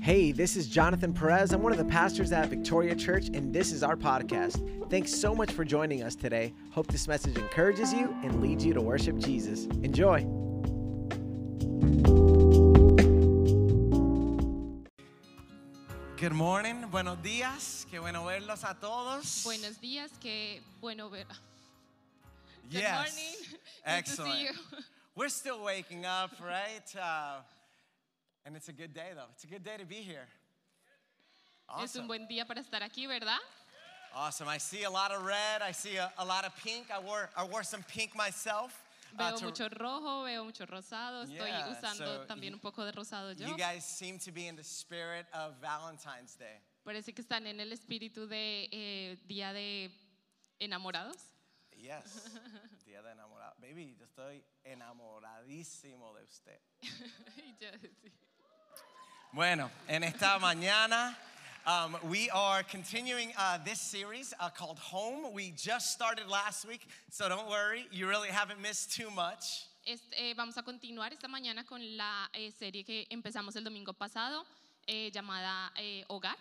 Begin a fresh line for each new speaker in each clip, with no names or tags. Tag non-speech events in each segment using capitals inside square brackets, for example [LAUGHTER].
Hey, this is Jonathan Perez. I'm one of the pastors at Victoria Church, and this is our podcast. Thanks so much for joining us today. Hope this message encourages you and leads you to worship Jesus. Enjoy.
Good morning, buenos días, qué bueno verlos a todos.
Buenos días, qué bueno ver. Good
yes.
morning. [LAUGHS] Good
Excellent.
To see you. [LAUGHS]
We're still waking up, right? Uh, and it's a good day, though. It's a good day to be here.
Es un
Awesome.
buen día para estar aquí, ¿verdad?
Awesome. I see a lot of red. I see a, a lot of pink. I wore I wore some pink myself. uh,
Veo
to-
mucho rojo, veo mucho rosado. Estoy
Yeah,
usando
so
también
you-
un poco de rosado yo.
you guys seem to be in the spirit of Valentine's Day.
Parece que están en el espíritu de eh, día de
[LAUGHS]
enamorados.
Yes. Día de enamorado. Baby, yo estoy enamoradísimo de usted.
Y yo sí.
Bueno, en esta mañana, um, we are continuing uh, this series uh, called Home. We just started last week, so don't worry, you really haven't missed too much.
Este, eh, vamos a continuar esta mañana con la eh, serie que empezamos el domingo pasado, eh, llamada eh, Hogar.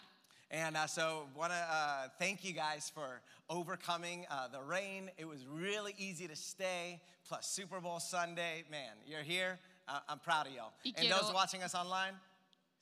And uh, so, want to uh, thank you guys for overcoming uh, the rain. It was really easy to stay, plus Super Bowl Sunday. Man, you're here. Uh, I'm proud of y'all.
Y
And those
quiero-
watching us online,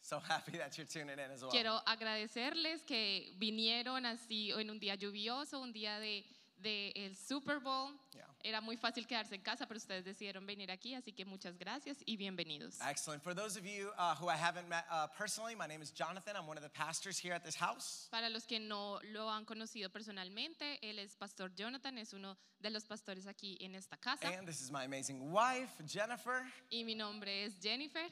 so happy that you're tuning in as well.
Quiero agradecerles que vinieron así en un día lluvioso, un día de, de el Super Bowl.
Yeah.
Era muy fácil quedarse en casa, pero ustedes decidieron venir aquí, así que muchas gracias y bienvenidos.
Excellent. For those of you uh, who I haven't met uh, personally, my name is Jonathan. I'm one of the pastors here at this house.
Para los que no lo han conocido personalmente, él es Pastor Jonathan, es uno de los pastores aquí en esta casa.
And this is my amazing wife, Jennifer.
Y mi nombre es Jennifer,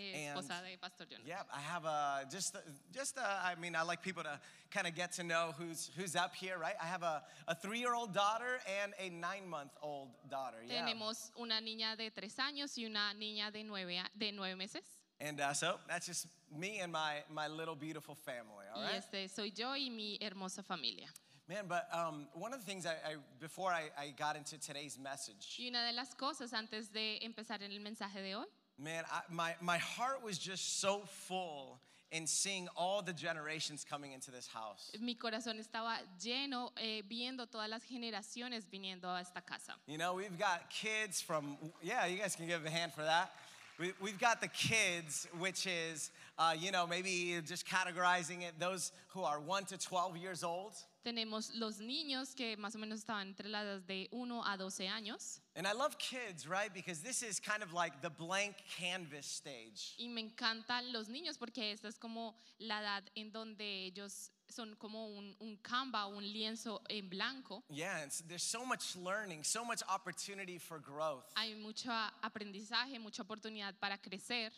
eh,
And-
esposa de Pastor Jonathan.
Yep, I have a just uh, just a, I mean, I like people to kind of get to know who's who's up here, right? I have a, a three-year-old daughter and a nine-month-old daughter. Yeah.
Tenemos una niña de tres años y una niña de nueve, a- de nueve meses.
And uh, so that's just me and my my little beautiful family. All
Y
right.
este soy yo y mi hermosa familia.
Man, but um, one of the things I, I before I, I got into today's message,
Y una de las cosas antes de empezar en el mensaje de hoy,
man, I, my my heart was just so full in seeing all the generations coming into this house.
mi corazón estaba lleno eh, viendo todas las generaciones viniendo a esta casa.
You know, we've got kids from, yeah, you guys can give a hand for that. We, we've got the kids, which is, uh, you know, maybe just categorizing it, those who are 1 to 12 years old.
Tenemos los niños que más o menos estaban entre las edades de 1 a 12 años
And I love kids, right? Because this is kind of like the blank canvas stage.
y me encantan los niños porque esta es como la edad en donde ellos son como un, un canva, un lienzo en blanco.
Yeah, it's, there's so much learning, so much opportunity for growth.
Hay mucho aprendizaje, mucha oportunidad para crecer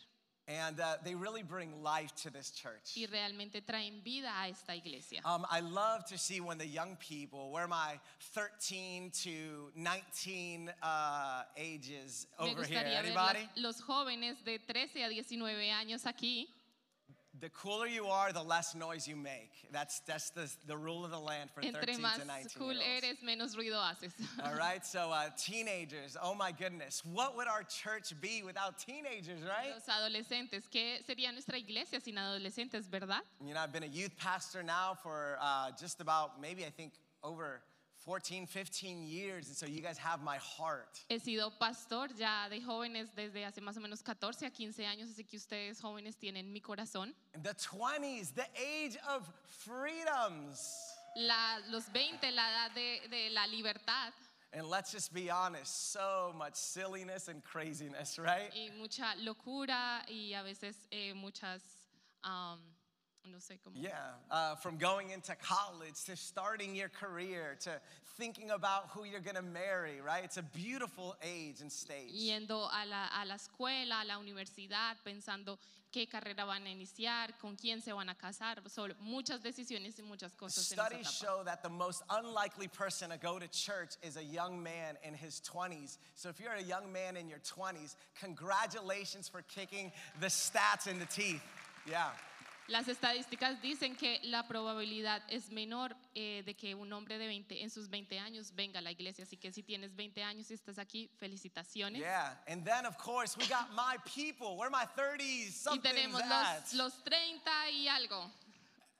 And uh, they really bring life to this church.
y realmente traen vida a esta iglesia.
Um, I love to see when the young people, where my 13 to 19 uh, ages
Me
over here,
gustaría ver
anybody?
las- los jóvenes de 13 a 19 años aquí.
The cooler you are, the less noise you make. That's, that's the, the rule of the land for 13
Entre
to
más
19
cool
year olds.
eres, menos ruido haces.
All right, so uh, teenagers, oh my goodness, what would our church be without teenagers, right?
[LAUGHS] Los adolescentes, ¿qué sería nuestra iglesia sin adolescentes, verdad?
You know, I've been a youth pastor now for uh, just about maybe I think over 14, 15 years, and so you guys have my heart.
He sido pastor ya de jóvenes desde hace más o menos 14 a 15 años, así que ustedes jóvenes tienen mi corazón.
The 20s, the age of freedoms.
La- los 20, la edad de, de la libertad
And let's just be honest, so much silliness and craziness, right?
y mucha locura y a veces eh, muchas, am, no sé cómo.
Yeah, uh, from going into college to starting your career to thinking about who you're gonna marry, right? It's a beautiful age and stage.
yendo a la, a la escuela, a la universidad, pensando qué carrera van a iniciar, con quién se van a casar, solo muchas decisiones y muchas cosas. en esa
Studies
etapa.
show that the most unlikely person to go to church is a young man in his 20s. So if you're a young man in your 20s, congratulations for kicking the stats in the teeth. Yeah.
Las estadísticas dicen que la probabilidad es menor eh, de que un hombre de 20 en sus 20 años venga a la iglesia. Así que si tienes 20 años y estás aquí, felicitaciones.
Yeah, and then of course we got my people. Where my 30s
y
something
tenemos
at?
los, los 30 y algo.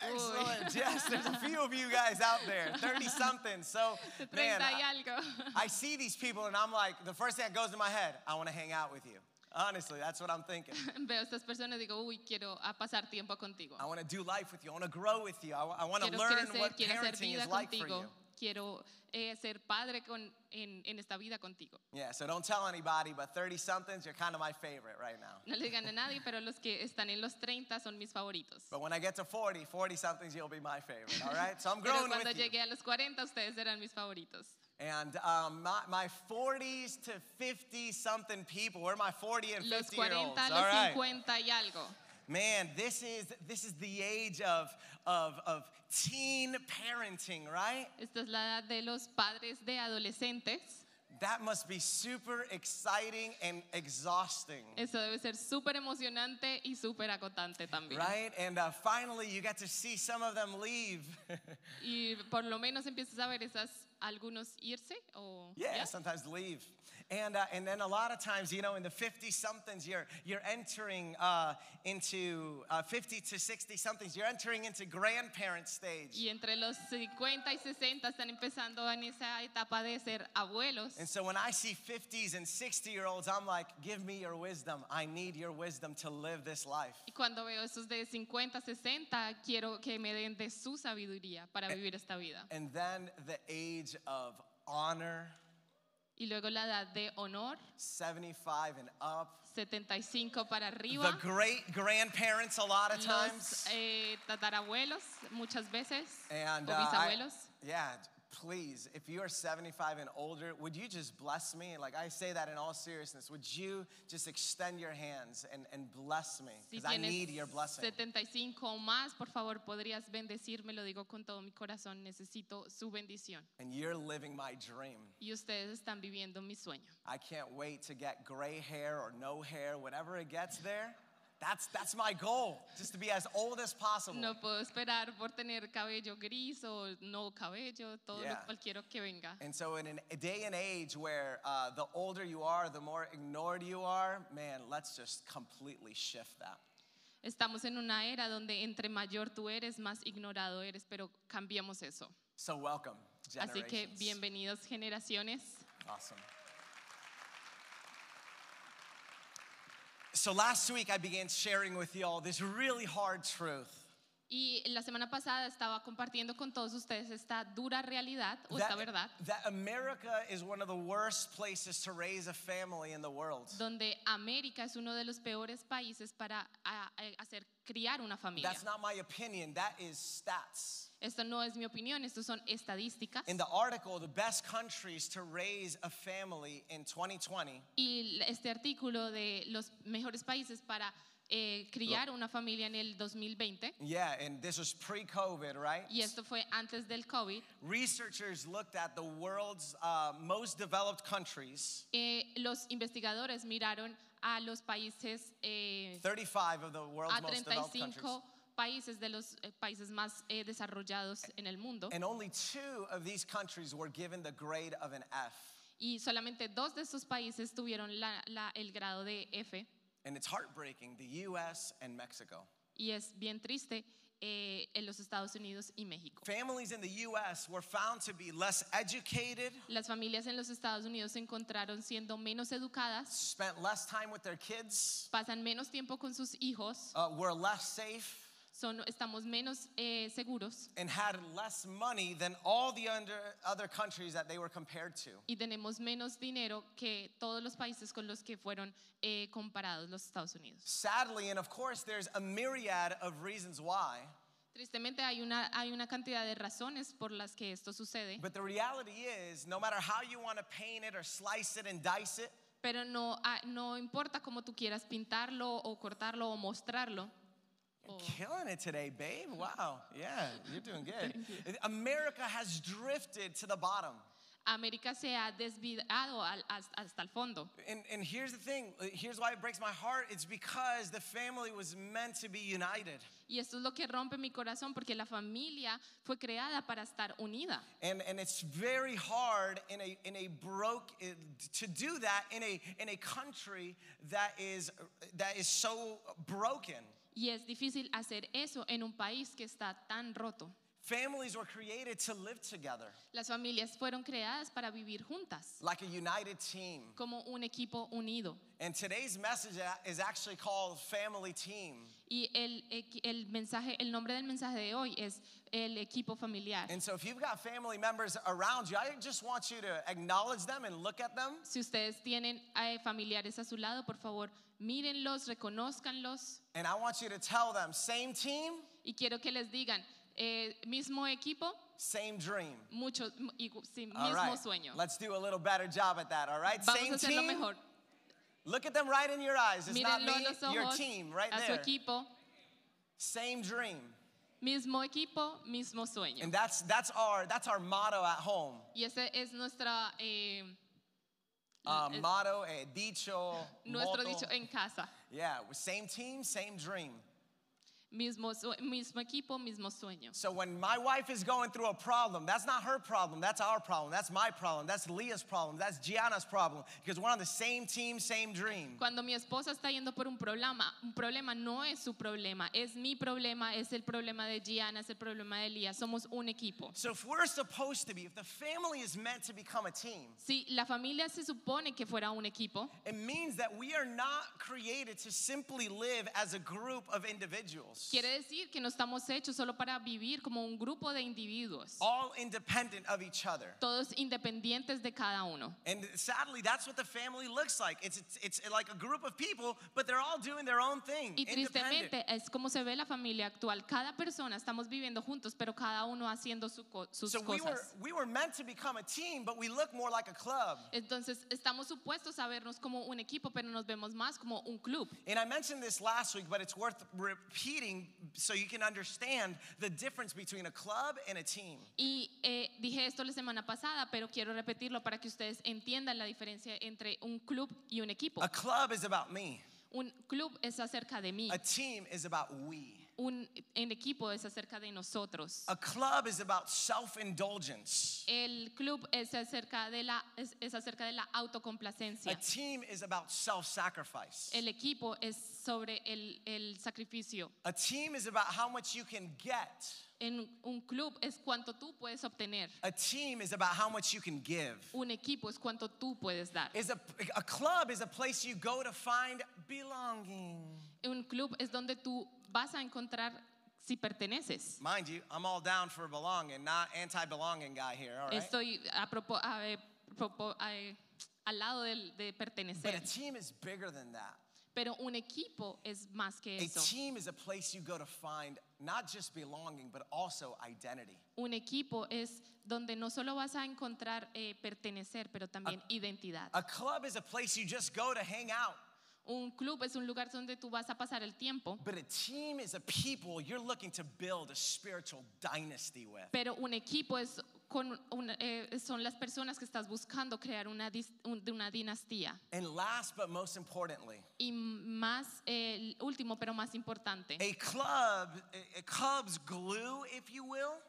Uy, [LAUGHS]
Excellent. Yes, there's a few of you guys out there, 30 something. So,
30
man,
y
I,
algo. [LAUGHS]
I see these people and I'm like, the first thing that goes in my head, I want to hang out with you. Honestly, that's what I'm thinking.
Veo a estas personas y digo, uy, quiero a pasar tiempo contigo.
I want to do life with you. I want to grow with you. I, want to
Quiero
learn
crecer,
what
quiero hacer
parenting
vida
is like for you.
contigo. Quiero eh, ser padre con- en, en esta vida contigo.
Yeah, so don't tell anybody, but 30 somethings, you're kind of my favorite right now.
No le digan a nadie, pero los que están en los 30 son mis favoritos.
But when I get to 40, 40 somethings, you'll be my favorite, all right? So I'm
[LAUGHS] Pero
growing
cuando
with you.
llegué a los 40, ustedes eran mis favoritos.
And um, my, my 40s to 50 something people, we're my 40 and
Los
50 year olds,
40,
all right?
los 50 y algo.
Man, this is this is the age of of of teen parenting, right?
Esta es la edad de los padres de adolescentes.
That must be super exciting and exhausting.
Eso debe ser súper emocionante y súper agotante también.
Right? And uh, finally, you got to see some of them leave. [LAUGHS]
Y por lo menos empiezas a ver esas algunos irse o
yeah,
¿ya?
sometimes leave. And, uh, and then a lot of times, you know, in the 50 somethings, you're, you're entering uh, into uh, 50 to 60 somethings, you're entering into grandparent stage.
Y entre los 50 y 60 están empezando en esa etapa de ser abuelos.
And so when I see 50s and 60 year olds, I'm like, give me your wisdom. I need your wisdom to live this life.
Y cuando veo esos de 50, 60, quiero que me den de su sabiduría para
Eh,
vivir esta vida.
And then the age of honor,
Y luego la edad de honor,
75 and up.
75 para
The
arriba.
great grandparents, a lot of
Los
times.
eh, tatarabuelos muchas veces
And
o
uh, I-
bisabuelos.
yeah, please, if you are 75 and older, would you just bless me? Like I say that in all seriousness. Would you just extend your hands and, and bless me?
Si
Because I need your
tienes
blessing.
75 o más, por favor, podrías bendecirme, lo digo con todo mi corazón, necesito su bendición.
And you're living my dream.
Y ustedes están viviendo mi sueño.
I can't wait to get gray hair or no hair, whatever it gets there. That's, that's my goal, just to be as old as possible.
No puedo esperar por tener cabello gris o no cabello, todo lo
Yeah.
cualquiera que venga.
And so, in an- a day and age where uh, the older you are, the more ignored you are, man, let's just completely shift that.
Estamos en una era donde entre mayor tú eres, más ignorado eres, pero cambiamos eso.
So, welcome,
Así que
generations.
bienvenidos generaciones.
Awesome. So, last week I began sharing with y'all this really hard truth.
Y la semana pasada estaba compartiendo con todos ustedes esta dura realidad o esta verdad,
that America is one of the worst places to raise a family in the world.
donde América es uno de los peores países para a- a- hacer criar una familia.
That's not my opinion, that is stats.
Esto no es mi opinión, esto son estadísticas.
In the article, the best countries to raise a family in 2020,
Y l- este artículo de los mejores países para eh, criar una familia en el 2020,
yeah, and this was pre COVID, right?
y esto fue antes del COVID,
Researchers looked at the world's uh, most developed countries,
eh, los investigadores miraron a los países, eh,
35 of the world's
a
most developed countries.
35 países de los eh, países más eh, desarrollados en el mundo,
And only two of these countries were given the grade of an F.
y solamente dos de esos países tuvieron la- la- el grado de F,
And it's heartbreaking the US and Mexico.
y es bien triste eh, en los Estados Unidos y México.
Families in the US were found to be less educated,
Las familias en los Estados Unidos se encontraron siendo menos educadas,
spent less time with their kids,
pasan menos tiempo con sus hijos,
uh, were less safe,
son, estamos menos eh, seguros
and had less money than all the under, other countries that they were compared to.
y tenemos menos dinero que todos los países con los que fueron eh, comparados los Estados Unidos.
Sadly, and of course, there's a myriad of reasons why,
Tristemente hay una, hay una cantidad de razones por las que esto sucede,
but the reality is no matter how you want to paint it or slice it and dice it,
pero no, ah, no importa cómo tú quieras pintarlo o cortarlo o mostrarlo. o-
killing it today, babe. Wow. Yeah, you're doing good. America has drifted to the bottom.
América se ha desviado al- as- hasta el fondo.
And, and here's the thing uh, here's why it breaks my heart it's because the family was meant to be united.
Y esto es lo que rompe mi corazón porque la familia fue creada para estar unida.
And, and it's very hard in a, in a broke eh, to do that in a, in a country that is, that is so broken.
Y es difícil hacer eso en un país que está tan roto.
Families were created to live together
Las familias fueron creadas para vivir juntas,
like a united team.
como un equipo unido.
And today's message is actually called Family Team.
Y el, equi- el mensaje, el nombre del mensaje de hoy es el equipo familiar.
And so if you've got family members around you, I just want you to acknowledge them and look at them.
Si ustedes tienen eh, familiares a su lado, por favor, mírenlos, reconózcanlos
And I want you to tell them same team,
y quiero que les digan, eh, mismo equipo,
same dream.
mucho, m- igu- sí,
All
mismo
right.
sueño.
Let's do a little better job at that, all right?
Vamos
same
a hacerlo
team.
mejor.
Look at them right in your eyes. It's not
Mírenlo
me,
a los ojos,
your team right
a su
there.
equipo,
Same dream.
mismo equipo, mismo sueño.
And that's that's our that's our motto at home.
Y ese es nuestra, eh,
Uh,
Mm, es
motto, eh, dicho,
nuestro
motto.
dicho eh. en casa.
Yeah, same team, same dream.
Mismo, sue- mismo equipo, mismo sueño.
So when my wife is going through a problem, that's not her problem, that's our problem, that's my problem, that's Leah's problem, that's Gianna's problem, because we're on the same team, same dream.
Cuando mi esposa está yendo por un problema, un problema no es su problema, es mi problema, es el problema de Gianna, es el problema de Elías, somos un equipo.
So if we're supposed to be, if the family is meant to become a team,
Si la familia se supone que fuera un equipo,
it means that we are not created to simply live as a group of individuals,
quiere decir que no estamos hechos solo para vivir como un grupo de individuos,
all independent of each other.
todos independientes de cada uno.
And sadly, that's what the family looks like. It's, it's, it's like a group of people, but they're all doing their own thing.
Y
independent.
tristemente es como se ve la familia actual. Cada persona estamos viviendo juntos, pero cada uno haciendo su co- sus
So we were,
cosas.
we were meant to become a team, but we look more like a club.
Entonces estamos supuestos a vernos como un equipo, pero nos vemos más como un club.
And I mentioned this last week, but it's worth repeating so you can understand the difference between a club and a team.
Y eh, dije esto la semana pasada, pero quiero repetirlo para que ustedes entiendan la diferencia entre un club y un equipo.
A club is about me.
Un club es acerca de mí,
A team is about we.
un en equipo es acerca de nosotros.
A club is about self-indulgence.
El club es acerca de la, es, es acerca de la
A
autocomplacencia.
team is about self-sacrifice.
El equipo es sobre el, el sacrificio.
A team is about how much you can get.
En un club es cuánto tú puedes obtener.
A team is about how much you can give.
Un equipo es cuánto tú puedes dar.
Is a, a club is a place you go to find belonging.
Un club es donde tú vas a encontrar si perteneces.
Mind you, I'm all down for belonging, not anti-belonging guy here, all right?
Estoy a propo- a, eh, propo- a, eh, al lado del-
But
de,
a
pertenecer.
team is bigger than that.
Pero un equipo es más que
A
eso.
team is a place you go to find not just belonging, but also identity.
Un equipo es donde no solo vas a encontrar eh, pertenecer, pero también identidad.
A club is a place you just go to hang out,
Un club es un lugar donde tú vas a pasar el tiempo,
but a team is a people you're looking to build a spiritual dynasty with.
pero un equipo es con una- eh, son las personas que estás buscando crear una, dis- un- de una dinastía.
And last but most importantly,
Y más, eh, el último, pero más importante,
a club, a- a club's glue, if you will,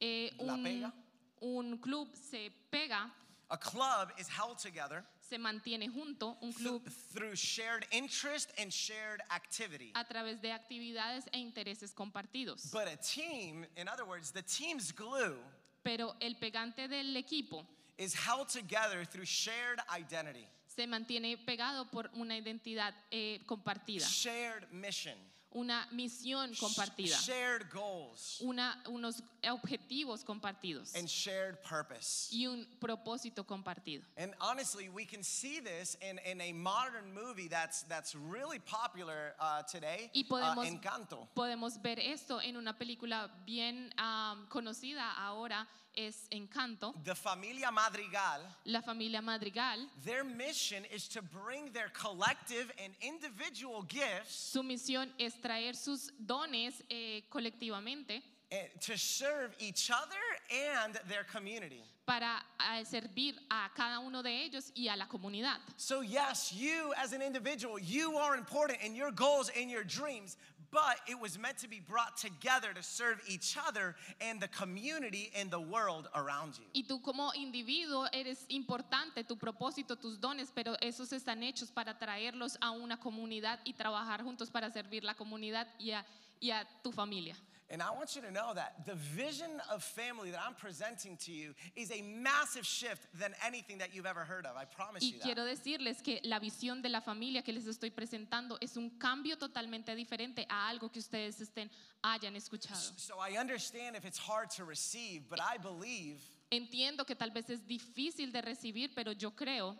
eh,
la pega.
un, un club se pega
a club is held together
se mantiene junto un
th-
club
through shared interest and shared activity.
a través de actividades e intereses compartidos.
But a team, in other words, the team's glue
Pero el pegante del equipo
is held together through shared identity,
se mantiene pegado por una identidad eh, compartida,
shared mission,
una misión compartida,
shared goals,
una, unos objetivos compartidos
and shared purpose.
y un propósito compartido.
And honestly, we can see this in, in a modern movie that's, that's really popular uh, today,
Y podemos-
uh, Encanto.
Podemos ver esto en una película bien ah, conocida ahora, es Encanto,
The Familia Madrigal,
la familia Madrigal.
their mission is to bring their collective and individual gifts
Su misión es traer sus dones eh, colectivamente
eh, to serve each other and their community.
para eh, servir a cada uno de ellos y a la comunidad.
So, yes, you as an individual, you are important in your goals and your dreams, but it was meant to be brought together to serve each other and the community and the world around you.
Y tú como individuo eres importante, tu propósito, tus dones, pero esos están hechos para traerlos a una comunidad y trabajar juntos para servir la comunidad y a, y a tu familia.
And I want you to know that the vision of family that I'm presenting to you is a massive shift than anything that you've ever heard of. I promise
Y
you that.
quiero decirles que la visión de la familia que les estoy presentando es un cambio totalmente diferente a algo que ustedes estén, hayan escuchado.
So I understand if it's hard to receive, but I believe
Entiendo que tal vez es difícil de recibir, pero yo creo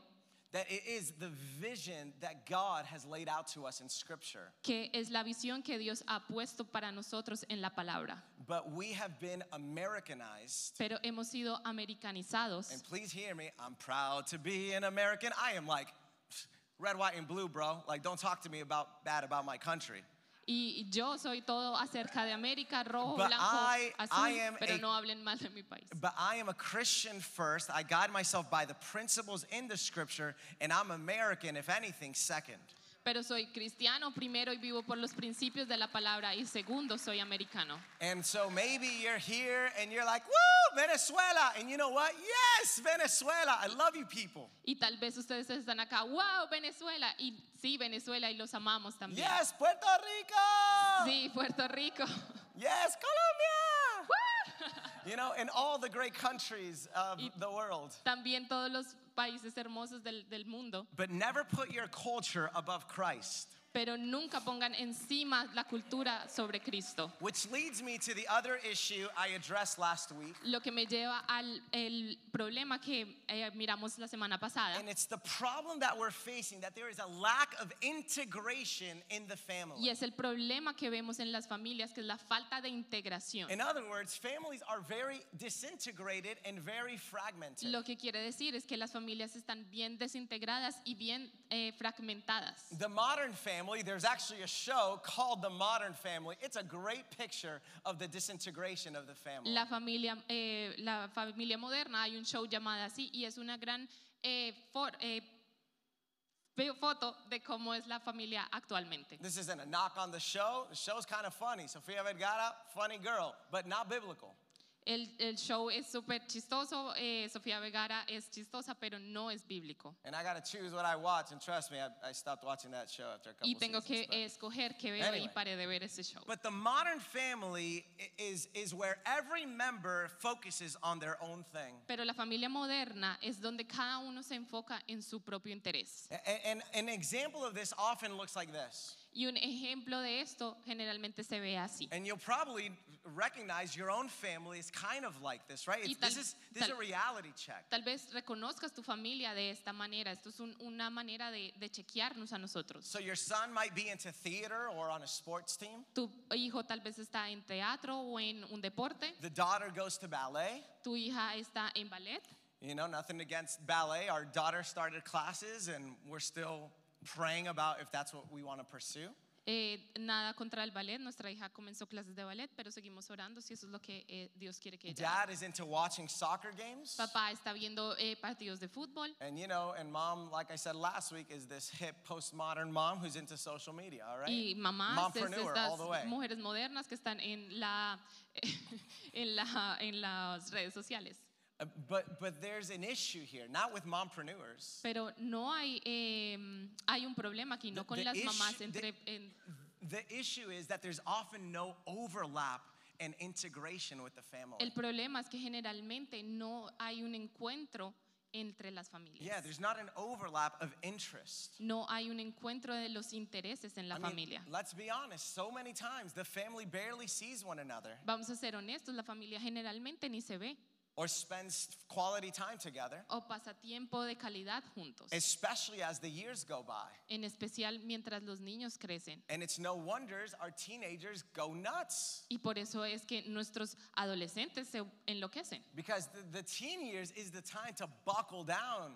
that it is the vision that God has laid out to us in Scripture.
que es la visión que Dios ha puesto para nosotros en la palabra.
But we have been Americanized.
Pero hemos sido americanizados.
And please hear me, I'm proud to be an American. I am like red, white, and blue, bro. Like, don't talk to me about bad about my country.
Y yo soy todo acerca de América, rojo,
But
blanco,
I-
azul,
I am
pero
a-
no hablen mal de mi país.
But I am a Christian first. I guide myself by the principles in the scripture, and I'm American, if anything, second.
Pero soy cristiano primero y vivo por los principios de la palabra y segundo soy americano.
And so maybe you're here and you're like, woo, Venezuela. And you know what? Yes, Venezuela. I love you people.
Y tal vez ustedes están acá, wow, Venezuela. Y sí, Venezuela y los amamos también.
Yes, Puerto Rico.
Sí, Puerto Rico. [LAUGHS]
Yes, Colombia. You know, and all the great countries of the world.
también todos los países hermosos del, del mundo.
But never put your culture above Christ.
Pero nunca pongan encima la cultura sobre Cristo.
Which leads me to the other issue I addressed last week.
Lo que me lleva al el problema que eh, miramos la semana pasada.
And it's the problem that we're facing that there is a lack of integration in the
Y
family.
es el problema que vemos en las familias, que es la falta de integración.
In other words, families are very disintegrated and very fragmented.
Lo que quiere decir es que las familias están bien desintegradas y bien eh, fragmentadas.
The modern family, there's actually a show called The Modern Family. It's a great picture of the disintegration of the family.
La familia, eh, la familia moderna, hay un show llamado así y es una gran eh, for- eh, veo foto de cómo es la familia actualmente.
This isn't a knock on the show. The show's kind of funny. Sofia Vergara, funny girl, but not biblical.
El, el show es súper chistoso, eh, Sofía Vergara es chistosa, pero no es bíblico.
And I got to choose what I watch. And trust me, I, I stopped watching that show after a couple
Y tengo
seasons,
que
but-
escoger qué veo
Anyway.
y paré de ver ese show.
But the modern family i- is, is where every member focuses on their own thing.
Pero la familia moderna es donde cada uno se enfoca en su propio interés.
A- a- And, an example of this often looks like this.
Y un ejemplo de esto generalmente se ve así.
And you'll probably recognize your own family is kind of like this, right? It's-
tal-
this is, this is a
tal-
reality check.
Tal vez reconozcas tu familia de esta manera. Esto es un- una manera de, de chequearnos a nosotros.
So your son might be into theater or on a sports team.
Tu hijo tal vez está en teatro o en un deporte.
The daughter goes to ballet.
Tu hija está en ballet.
You know, nothing against ballet. Our daughter started classes and we're still praying about if that's what we want to pursue.
Eh, nada contra el ballet. Nuestra hija comenzó clases de ballet, pero seguimos orando si eso es lo que eh, Dios quiere que ella. haga.
Dad is into watching soccer games.
Papá está viendo eh, partidos de fútbol.
And you know, and mom, like I said last week, is this hip postmodern mom who's into social media, all right?
Y mamás, es
Mompreneur all the way.
estas mujeres modernas que están en, la, [LAUGHS] en, la, en las redes sociales.
Uh, But but there's an issue here, not with mompreneurs.
Pero no hay, eh, hay un problema aquí, no
The-
con
the
las
issue-
mamás
the-
entre... en-
The issue is that there's often no overlap and integration with the family.
el problema es que generalmente no hay un encuentro entre las familias.
yeah, there's not an overlap of interest.
No hay un encuentro de los intereses en la
I mean,
familia.
let's be honest, so many times the family barely sees one another
Vamos a ser honestos, la familia generalmente ni se ve
or spends quality time together,
o pasa tiempo de calidad juntos,
especially as the years go by.
en especial mientras los niños crecen.
And it's no wonders our teenagers go nuts.
Y por eso es que nuestros adolescentes se enloquecen,
Because the, the teen years is the time to buckle down.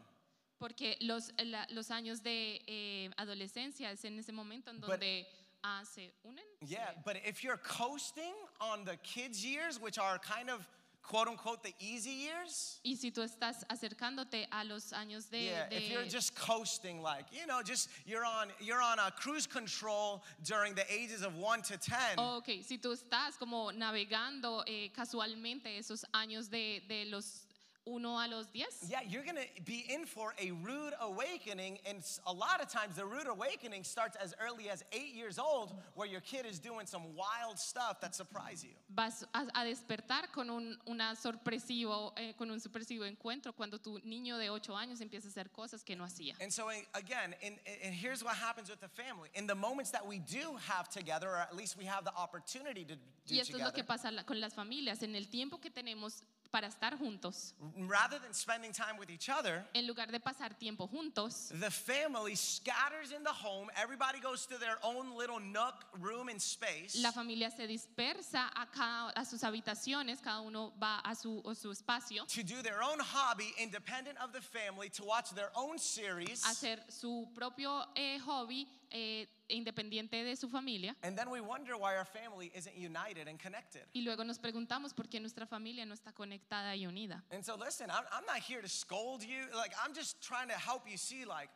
porque los, la- los años de eh, adolescencia es en ese momento en donde ah, se unen.
Yeah, but if you're coasting on the kids' years, which are kind of quote unquote the easy years,
Y si tú estás acercándote a los años de,
yeah,
de-
if you're just coasting, like you know, just you're on you're on a cruise control during the ages of one to ten.
oh, Ok, si tú estás como navegando eh, casualmente esos años de, de los 1 a los 10,
Yeah, you're gonna be in for a rude awakening, and s- a lot of times the rude awakening starts as early as eight years old, where your kid is doing some wild stuff that surprise you.
vas a, a despertar con un una sorpresivo, eh, con un sorpresivo encuentro cuando tu niño de 8 años empieza a hacer cosas que no hacía.
And so, a- again, in, and here's what happens with the family. In the moments that we do have together, or at least we have the opportunity to do
Y esto es lo que
together,
pasa la- con las familias, en el tiempo que tenemos para estar juntos,
rather than spending time with each other,
en lugar de pasar tiempo juntos,
the family scatters in the home. Everybody goes to their own little nook, room, and space.
la familia se dispersa a, cada, a sus habitaciones, cada uno va a su, a su espacio,
To do their own hobby independent of the family, to watch their own series.
a hacer su propio eh, hobby eh, independiente de su familia.
And then we wonder why our family isn't united and connected.
Y luego nos preguntamos por qué nuestra familia no está conectada y unida.
And so, listen, I'm, I'm not here to scold you. Like, I'm just trying to help you see, like,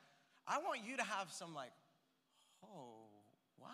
I want you to have some, like, oh, wow.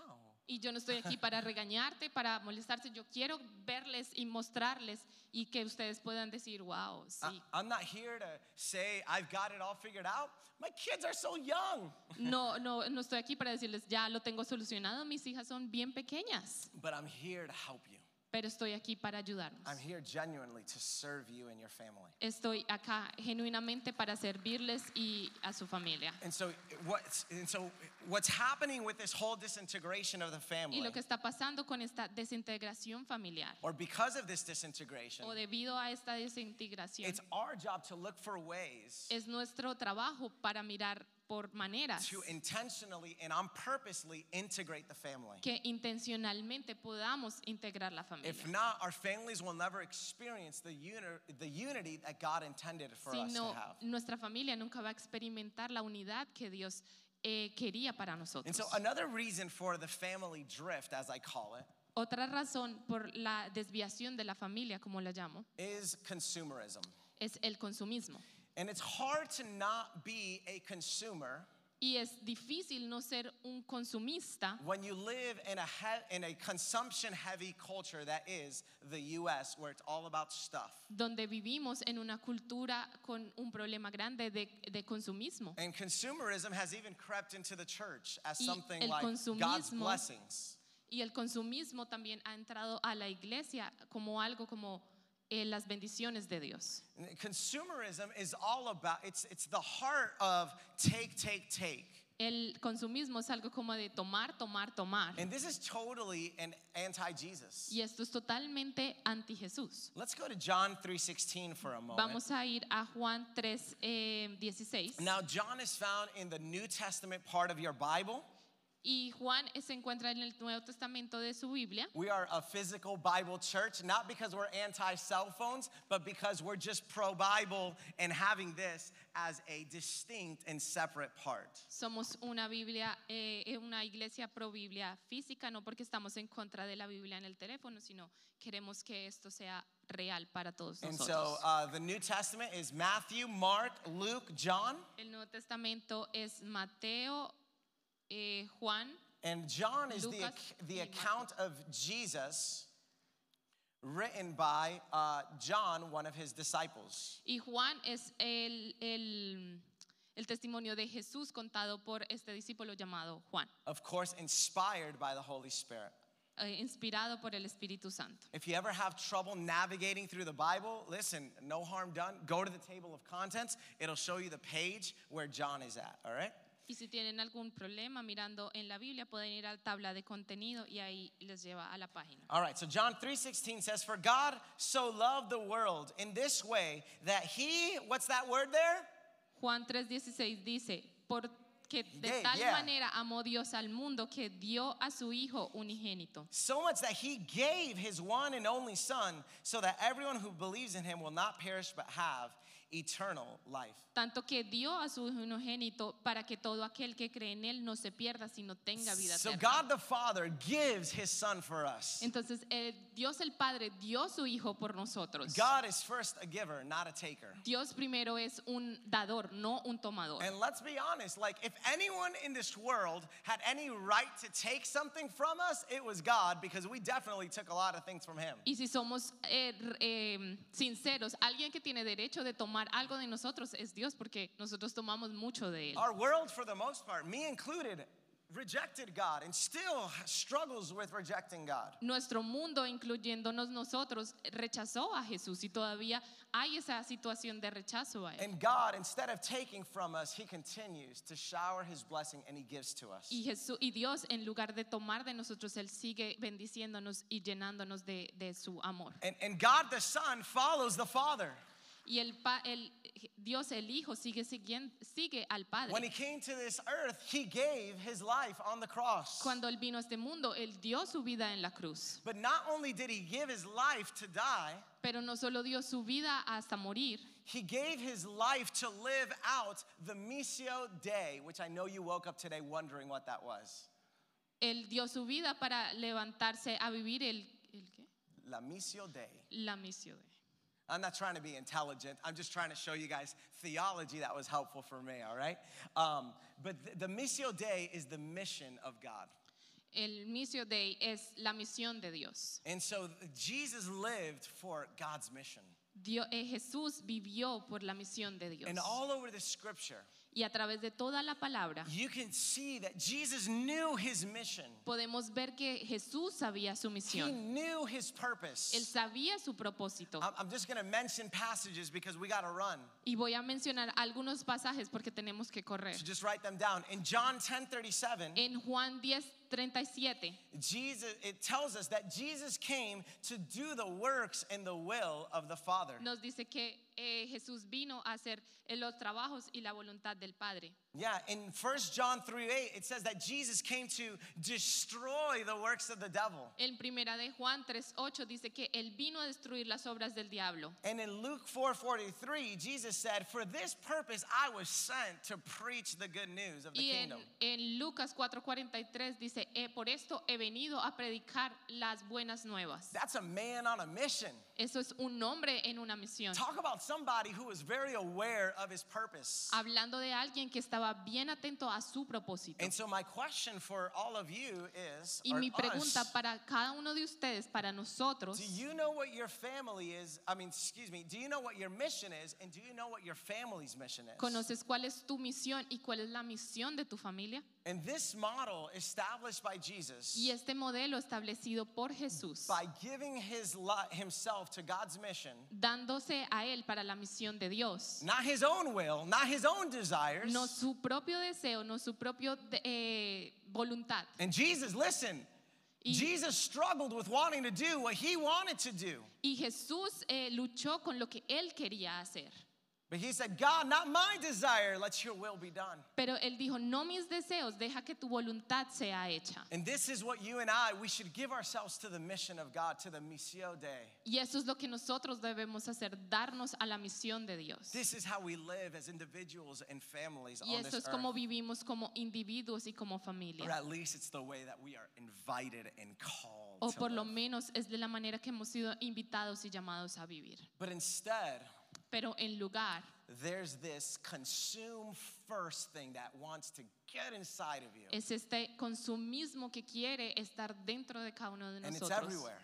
Y yo no estoy aquí para regañarte, para molestarte. Yo quiero verles y mostrarles y que ustedes puedan decir, wow, sí.
I- I'm not here to say I've got it all figured out. My kids are so young.
No, no, no estoy aquí para decirles, ya lo tengo solucionado, mis hijas son bien pequeñas,
But I'm here to help you.
pero estoy aquí para ayudarnos.
I'm here genuinely to serve you and your family.
Estoy acá genuinamente para servirles y a su familia.
And so, what's, and so what's happening with this whole disintegration of the family,
Y lo que está pasando con esta desintegración familiar
or because of this disintegration,
o debido a esta desintegración
it's our job to look for ways
es nuestro trabajo para mirar por maneras
to intentionally and on purposely integrate the family.
que intencionalmente podamos integrar la familia.
If not, our families will never experience the, uni- the unity that God intended for
Si
us to
no,
have.
nuestra familia nunca va a experimentar la unidad que Dios eh, quería para
And
nosotros.
so, another reason for the family drift, as I call it,
Otra razón por la desviación de la familia, como la llamo,
is consumerism.
es el consumismo.
And it's hard to not be a consumer
Y es difícil no ser un consumista
when you live in a, he- in a consumption heavy culture that is the US, where it's all about stuff.
donde vivimos en una cultura con un problema grande de, de consumismo.
And consumerism has even crept into the church as
Y
something
el
like God's
consumismo-
blessings.
Y el consumismo también ha entrado a la iglesia como algo como eh, las bendiciones de Dios.
Consumerism is all about it's it's the heart of take take take.
El consumismo es algo como de tomar, tomar, tomar.
And this is totally an anti-Jesus.
Y esto es totalmente anti Jesús.
Let's go to John 3:16 for a moment.
Vamos a ir a Juan 3, eh, 16.
Now John is found in the New Testament part of your Bible.
Y Juan se encuentra en el Nuevo Testamento de su Biblia.
We are a physical Bible church, not because we're anti-cell phones, but because we're just pro-Bible and having this as a distinct and separate part.
Somos una Biblia, eh, eh, una iglesia pro Biblia física, no porque estamos en contra de la Biblia en el teléfono, sino queremos que esto sea real para todos
And so
nosotros.
uh, the New Testament is Matthew, Mark, Luke, John.
el Nuevo Testamento es Mateo, eh, Juan,
And John is the,
Lucas
ac- the
y
account of Jesus written by uh, John, one of his disciples.
y Juan es el, el- el testimonio de Jesús contado por este discípulo llamado Juan,
Of course, inspired by the Holy Spirit.
eh, inspirado por el Espíritu Santo.
If you ever have trouble navigating through the Bible, listen, no harm done. Go to the table of contents, it'll show you the page where John is at, all right?
Y si tienen algún problema mirando en la Biblia, pueden ir a la tabla de contenido y ahí les lleva a la página.
All right, so John 3:16 says, "For God so loved the world in this way that he, what's that word there?
Juan 3:16 dice, porque de
Gave,
tal
yeah.
manera amó Dios al mundo que dio a su Hijo unigénito,
So much that he gave his one and only son so that everyone who believes in him will not perish but have eternal life.
tanto que dio a su Hijo unigénito para que todo aquel que cree en él no se pierda, sino tenga vida
So
eterna.
God the Father gives his son for us.
Entonces, eh, Dios el Padre dio su Hijo por nosotros.
God is first a giver, not a taker.
Dios primero es un dador, no un tomador.
And let's be honest, like if anyone in this world had any right to take something from us, it was God because we definitely took a lot of things from him.
Y si somos eh, r- eh, sinceros, alguien que tiene derecho de tomar algo de nosotros es Dios, porque nosotros tomamos mucho de Él.
Our world, for the most part, me included, rejected God and still struggles with rejecting God.
Nuestro mundo, incluyéndonos nosotros, rechazó a Jesús y todavía hay esa situación de rechazo a Él.
And God, instead of taking from us, He continues to shower His blessing and He gives to us.
Y, Jesús, y Dios, en lugar de tomar de nosotros, Él sigue bendiciéndonos y llenándonos de, de su amor.
And, and God the Son follows the Father.
Y el, pa- el- Dios, el Hijo, sigue, siguien- sigue al
When He
Padre.
came to this earth, He gave His life on the cross.
Cuando Él vino a este mundo, Él dio su vida en la cruz.
But not only did He give His life to die,
Pero no solo dio su vida hasta morir,
He gave His life to live out the Missio Dei, which I know you woke up today wondering what that was.
Él dio su vida para levantarse a vivir el, el ¿qué?
La Missio Dei.
la misión. de-
I'm not trying to be intelligent. I'm just trying to show you guys theology that was helpful for me, all right? Um, but th- the Missio Dei is the mission of God.
El Missio Dei es la misión de Dios.
And so Jesus lived for God's mission.
Dio- eh, Jesús vivió por la misión de Dios.
And all over the scripture,
Y a través de toda la palabra
you can see that Jesus knew his mission,
podemos ver que Jesús sabía su
he
misión.
knew his
Él
purpose.
sabía su propósito.
I'm I'm just gonna mention passages because we gotta run.
Y voy a mencionar algunos pasajes porque tenemos que correr.
So just write them down. In John 10 37,
En Juan 10, 37,
Jesus, it tells us that Jesus came to do the works and the will of the Father.
nos dice que eh, Jesús vino a hacer eh, los trabajos y la voluntad del Padre.
Yeah, in 1 John 3 8, it says that Jesus came to destroy the works of the devil.
En primera de Juan 3:8 dice que él vino a destruir las obras del diablo.
And in Luke 4 43, Jesus said, For this purpose I was sent to preach the good news of the
Y en,
kingdom.
en Lucas 4:43 dice, "Eh, por esto he venido a predicar las buenas nuevas.
That's a man on a mission.
Eso es un hombre en una misión.
Talk about somebody who is very aware of his purpose.
Hablando de alguien que estaba bien atento a su propósito.
And so, my question for all of you is
Y
or
mi pregunta
us,
para cada uno de ustedes, para nosotros,
Do you know what your family is? I mean, excuse me, do you know what your mission is? And do you know what your family's mission is?
¿conoces cuál es tu misión y cuál es la misión de tu familia?
And this model established by Jesus
Y este modelo establecido por Jesús,
by giving his li- himself to God's mission,
dándose a él para la misión de Dios.
not his own will, not his own desires.
No su propio deseo, no su propia voluntad.
And Jesus, listen,
Y-
Jesus struggled with wanting to do what he wanted to do.
Y Jesús eh, luchó con lo que él quería hacer.
But he said, God, not my desire, let your will be done.
Pero él dijo, no mis deseos, deja que tu voluntad sea hecha.
And this is what you and I, we should give ourselves to the mission of God, to the Missio Dei.
Y eso es lo que nosotros debemos hacer, darnos a la misión de Dios.
This is how we live as individuals and families
Y
on this
eso es
earth.
como vivimos como individuos y como
or
familia.
at least it's the way that we are invited and called.
O
to
por lo
live.
menos es de la manera que hemos sido invitados y llamados a vivir.
But instead,
Pero en lugar
there's this consume first thing that wants to get inside of you.
es este consumismo que quiere estar dentro de cada uno de
and it's
nosotros.
everywhere.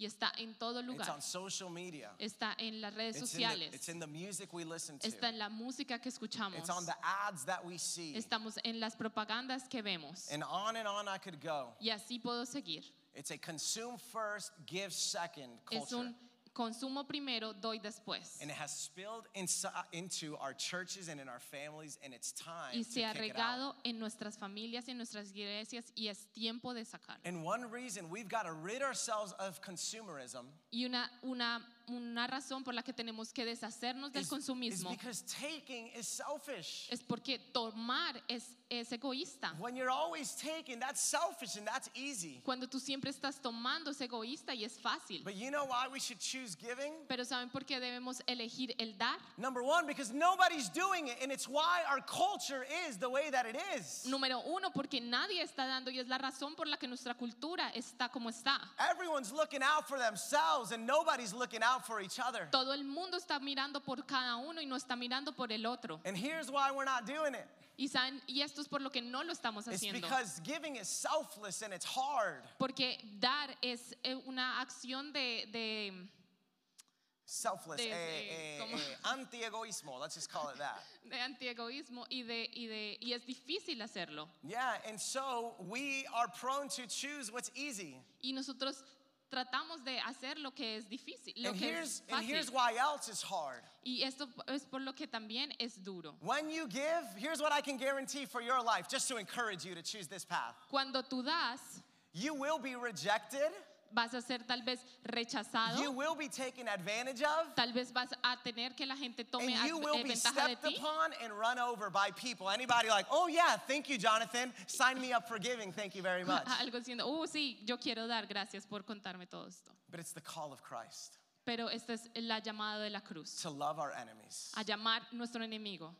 Y está en todo
It's
lugar.
on social media.
Está en las redes
It's in, the, it's
sociales.
in the music we listen to.
Está en la música que escuchamos.
It's on the ads that we see.
Estamos en las propagandas que vemos.
And on and on I could go.
Y así puedo seguir.
It's a consume first, give second
Es
culture.
un consumo primero, doy después.
And it has spilled insi- into our churches and in our families, and it's time
y
to
se ha
kick it out.
regado en nuestras familias, en nuestras iglesias, y es tiempo de sacarlo.
And one reason we've got to rid ourselves of consumerism
Y una, una una razón por la que tenemos que deshacernos del
is- is
consumismo.
because taking is selfish.
Es porque tomar es, es egoísta.
When you're always taking, that's selfish and that's easy.
Cuando tú siempre estás tomando es egoísta y es fácil.
But you know why we should choose giving?
Pero ¿saben por qué debemos elegir el dar?
Number one, because nobody's doing it, and it's why our culture is the way that it is.
Número uno, porque nadie está dando y es la razón por la que nuestra cultura está como está.
Everyone's looking out for themselves, and nobody's looking out for each other.
Todo el mundo está mirando por cada uno y no está mirando por el otro.
And here's why we're not doing it
Y, saben, y esto es por lo que no lo estamos
it's
haciendo.
because giving is selfless and it's hard.
Porque dar es eh, una acción de, de-
Selfless,
De-
eh,
de-
eh,
como-
eh, anti-egoismo. Let's just call it
[LAUGHS]
that.
de antiegoísmo y, de, y, de, y es difícil hacerlo.
Yeah, and so we are prone to choose what's easy.
Y nosotros tratamos de hacer lo que es difícil, lo
And
que
here's
es
and
fácil.
here's why else is hard.
Y esto es por lo que también es duro.
When you give, here's what I can guarantee for your life, just to encourage you to choose this path.
Cuando tú das,
You will be rejected.
vas a ser tal vez
You
rechazado,
will be taken advantage of.
tal vez vas a tener que la gente
And
tome ad-
you will
eh,
be
ventaja de
stepped
ti.
upon and run over by people. Anybody like, oh yeah, thank you, Jonathan. Sign me up for giving. Thank you
[LAUGHS]
very much.
[LAUGHS] Algo diciendo, oh sí, yo quiero dar, gracias por contarme todo esto.
But it's the call of Christ
Pero esta es la llamada de la cruz,
to love our enemies.
a llamar nuestro enemigo,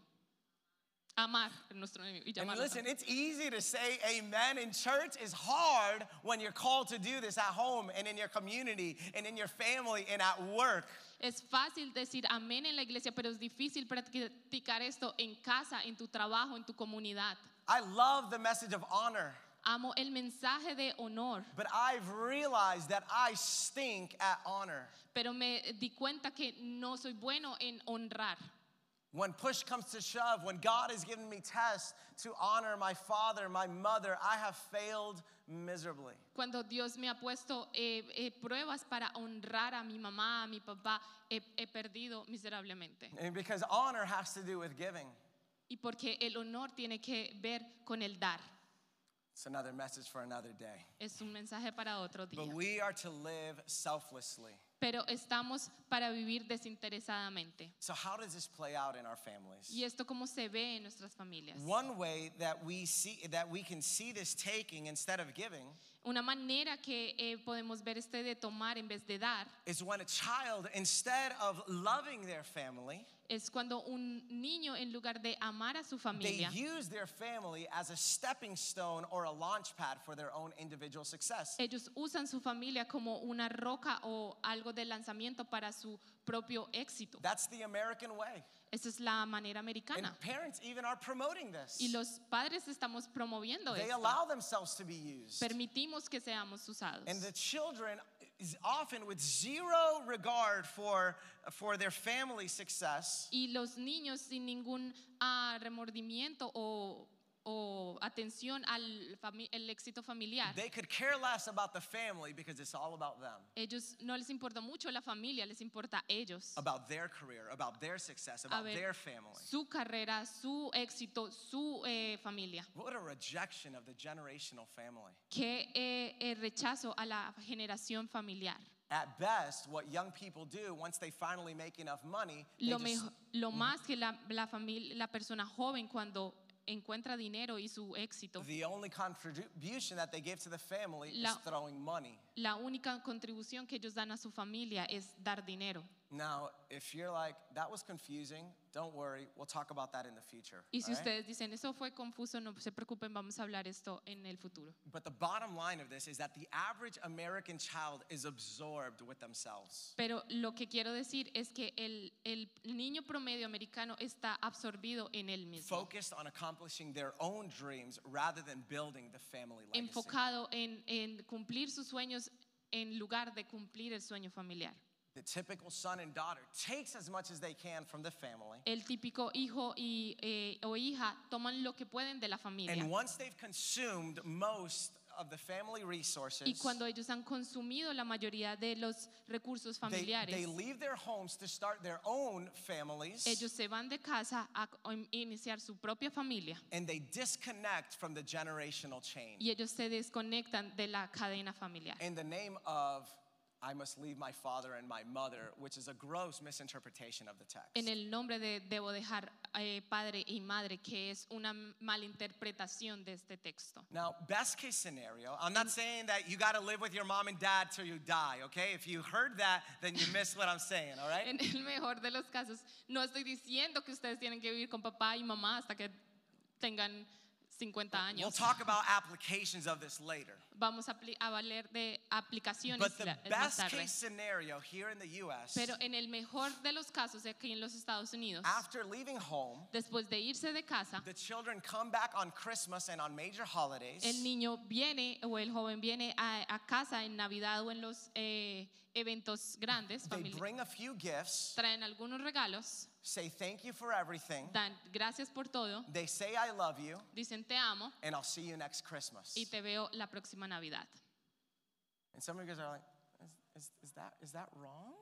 amar nuestro enemigo y
And
llamarlo.
listen, it's easy to say amen in church. It's hard when you're called to do this at home and in your community and in your family and at work.
Es fácil decir amén en la iglesia, pero es difícil practicar esto en casa, en tu trabajo, en tu comunidad.
I love the message of honor,
Amo el mensaje de honor,
but I've realized that I stink at honor.
pero me di cuenta que no soy bueno en honrar.
When push comes to shove, when God has given me tests to honor my father, my mother, I have failed miserably.
Cuando Dios me ha puesto eh, eh, pruebas para honrar a mi mamá, a mi papá, he, he perdido miserablemente.
And because honor has to do with giving.
Y porque el honor tiene que ver con el dar.
It's another message for another day.
Es un mensaje para otro día.
But we are to live selflessly.
Pero estamos para vivir desinteresadamente.
So, how does this play out in our families?
Y esto como se ve en nuestras familias.
One way that we see that we can see this taking instead of giving
Una manera que eh, podemos ver este de tomar en vez de dar
is when a child instead of loving their family,
es cuando un niño en lugar de amar a su
they
familia,
use their family as a stepping stone or a launch pad for their own individual success.
ellos usan su familia como una roca o algo de lanzamiento para su propio éxito.
That's the American way.
Esa es la manera
And
americana.
parents even are promoting this.
Ah. Y los padres estamos promoviendo
They
esto.
allow themselves to be used.
Permitimos que seamos usados.
And the children is often with zero regard for for their family success.
Y los niños sin ningún ah, remordimiento o, o atención al fami- el éxito familiar.
They could care less about the family because it's all about them,
ellos no les importa mucho la familia, les importa ellos.
about their career, about their success, about
ver.
their family.
Su carrera, su éxito, su eh, familia.
What a rejection of the generational family.
Qué eh, eh, rechazo a la generación familiar.
At best, what young people do once they finally make enough money, they
Lo,
just-
mejo- lo más que la, la, familia, la persona joven cuando encuentra dinero y su éxito,
the only contribution that they give to the family
La-
is throwing money.
la única contribución que ellos dan a su familia es dar dinero.
Now, if you're like, that was confusing, don't worry, we'll talk about that in the future.
Y si
all right?
ustedes dicen, eso fue confuso, no se preocupen, vamos a hablar esto en el futuro.
But the bottom line of this is that the average American child is absorbed with themselves.
Pero lo que quiero decir es que el, el niño promedio americano está absorbido en él mismo.
focused on accomplishing their own dreams rather than building the family legacy.
enfocado en, en cumplir sus sueños en lugar de cumplir el sueño familiar.
The typical son and daughter takes as much as they can from the family.
El típico hijo y, eh, o hija toman lo que pueden de la familia
And once they've consumed most of the family resources,
y cuando ellos han consumido la mayoría de los recursos
they, they
familiares,
leave their homes to start their own families
ellos se van de casa a co- in- iniciar su propia familia
and they disconnect from the generational chain
y ellos se desconectan de la cadena familiar
in the name of I must leave my father and my mother, which is a gross misinterpretation of the text.
En el nombre de debo dejar eh, padre y madre, que es una malinterpretación de este texto.
Now, best case scenario, I'm not saying that you got to live with your mom and dad till you die, okay? If you heard that, then you missed what I'm saying, all right?
En el mejor de los casos, no estoy diciendo que ustedes tienen que vivir con papá y mamá hasta que tengan 50
We'll
años.
talk about applications of this later.
Vamos a, apli- a valer de aplicaciones
But the
la- más
best
tarde.
case scenario here in the US,
Pero en el mejor de los casos aquí en los Estados Unidos,
after leaving home,
después de irse de casa,
the children come back on Christmas and on major holidays.
el niño viene o el joven viene a, a casa en Navidad o en los eh, eventos grandes,
They
familia-
bring a few gifts,
traen algunos regalos,
say thank you for everything.
dan gracias por todo,
They say I love you,
dicen te amo
and I'll see you next Christmas.
y te veo la próxima Navidad.
And some of you guys are like, is, is, is, that, is that wrong?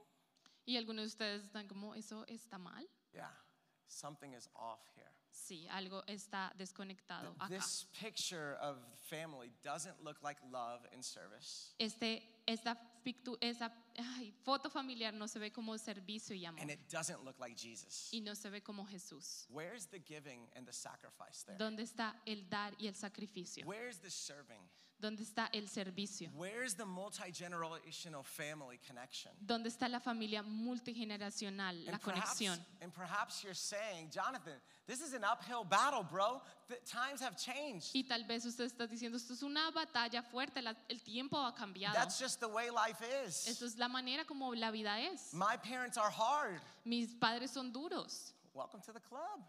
Y algunos de ustedes están como, ¿eso está mal?
Yeah, something is off here.
Sí, algo está desconectado
Th-
acá.
This picture of family doesn't look like love and service,
Este, esta pictu- esa ay, foto familiar no se ve como servicio y amor
and it doesn't look like Jesus.
y no se ve como Jesús.
Where's the giving and the sacrifice there?
¿Dónde está el dar y el sacrificio?
Where's the serving?
¿Dónde está el servicio?
Where's the multi generational family connection?
¿Dónde está la familia multigeneracional, la
perhaps,
conexión?
and perhaps you're saying, Jonathan, this is an uphill battle, bro. The times have changed.
Y tal vez usted está diciendo, esto es una batalla fuerte, la- el tiempo ha cambiado.
That's just the way life is.
Esto es la manera como la vida es.
My parents are hard.
Mis padres son duros.
Welcome to the club.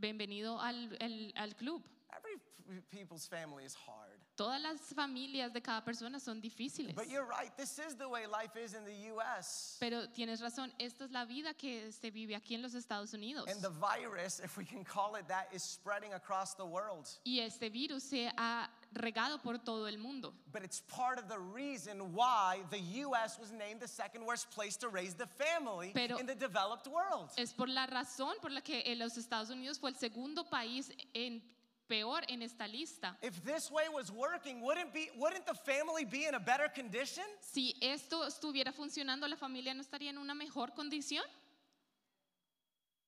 Bienvenido al, al- al club.
Every p- people's family is hard.
Todas las familias de cada persona son difíciles.
But you're right, this is the way life is in the US.
Pero tienes razón, esta es la vida que se vive aquí en los Estados Unidos.
And the virus, if we can call it that, is spreading across the world.
Y este virus se ha regado por todo el mundo.
But it's part of the reason why the US was named the second worst place to raise the family
Pero-
in the developed world.
Es por la razón por la que eh, los Estados Unidos fue el segundo país en, peor en esta lista.
If this way was working, wouldn't be wouldn't the family be in a better condition?
Si esto estuviera funcionando, la familia no estaría en una mejor condición.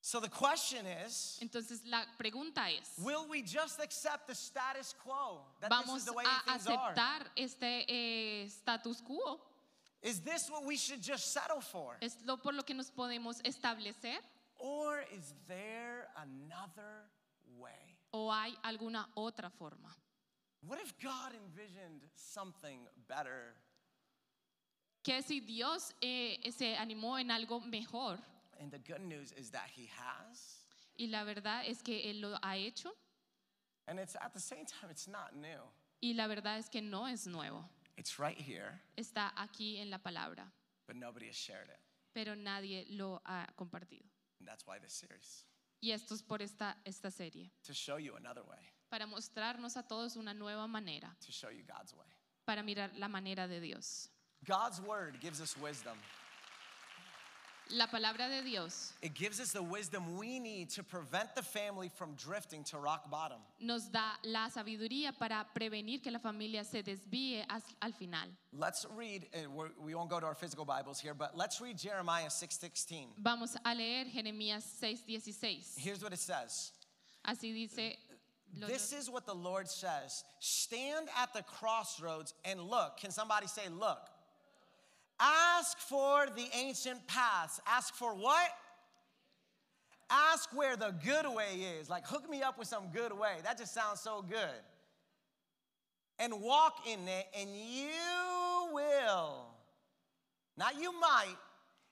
So the question is,
Entonces la pregunta es,
will we just accept the status quo that this is
¿vamos
the way
a
things are?
aceptar este eh, status quo?
Is this what we should just settle for?
¿Es lo por lo que nos podemos establecer?
Or is there another way?
¿O hay alguna otra forma?
What if God envisioned something better?
Que si Dios eh, se animó en algo mejor,
And the good news is that He has.
y la verdad es que Él lo ha hecho,
And it's at the same time, it's not new.
y la verdad es que no es nuevo,
It's right here,
está aquí en la palabra,
but nobody has shared it.
pero nadie lo ha compartido.
And that's why this series,
Y esto es por esta, esta serie,
to show you another way,
para mostrarnos a todos una nueva manera,
to show you God's way.
para mirar la manera de Dios.
God's word gives us wisdom.
La palabra de Dios
It gives us the wisdom we need to prevent the family from drifting to rock bottom.
nos da la sabiduría para prevenir que la familia se desvíe as- al final.
Let's read, and we're, we won't go to our physical Bibles here, but let's read Jeremiah 6:16.
Vamos a leer Jeremías 6:16.
Here's what it says.
Así dice... los-
This is what the Lord says. Stand at the crossroads and look. Can somebody say, look? Ask for the ancient paths. Ask for what? Ask where the good way is. Like, hook me up with some good way. That just sounds so good. And walk in it, and you will, not you might,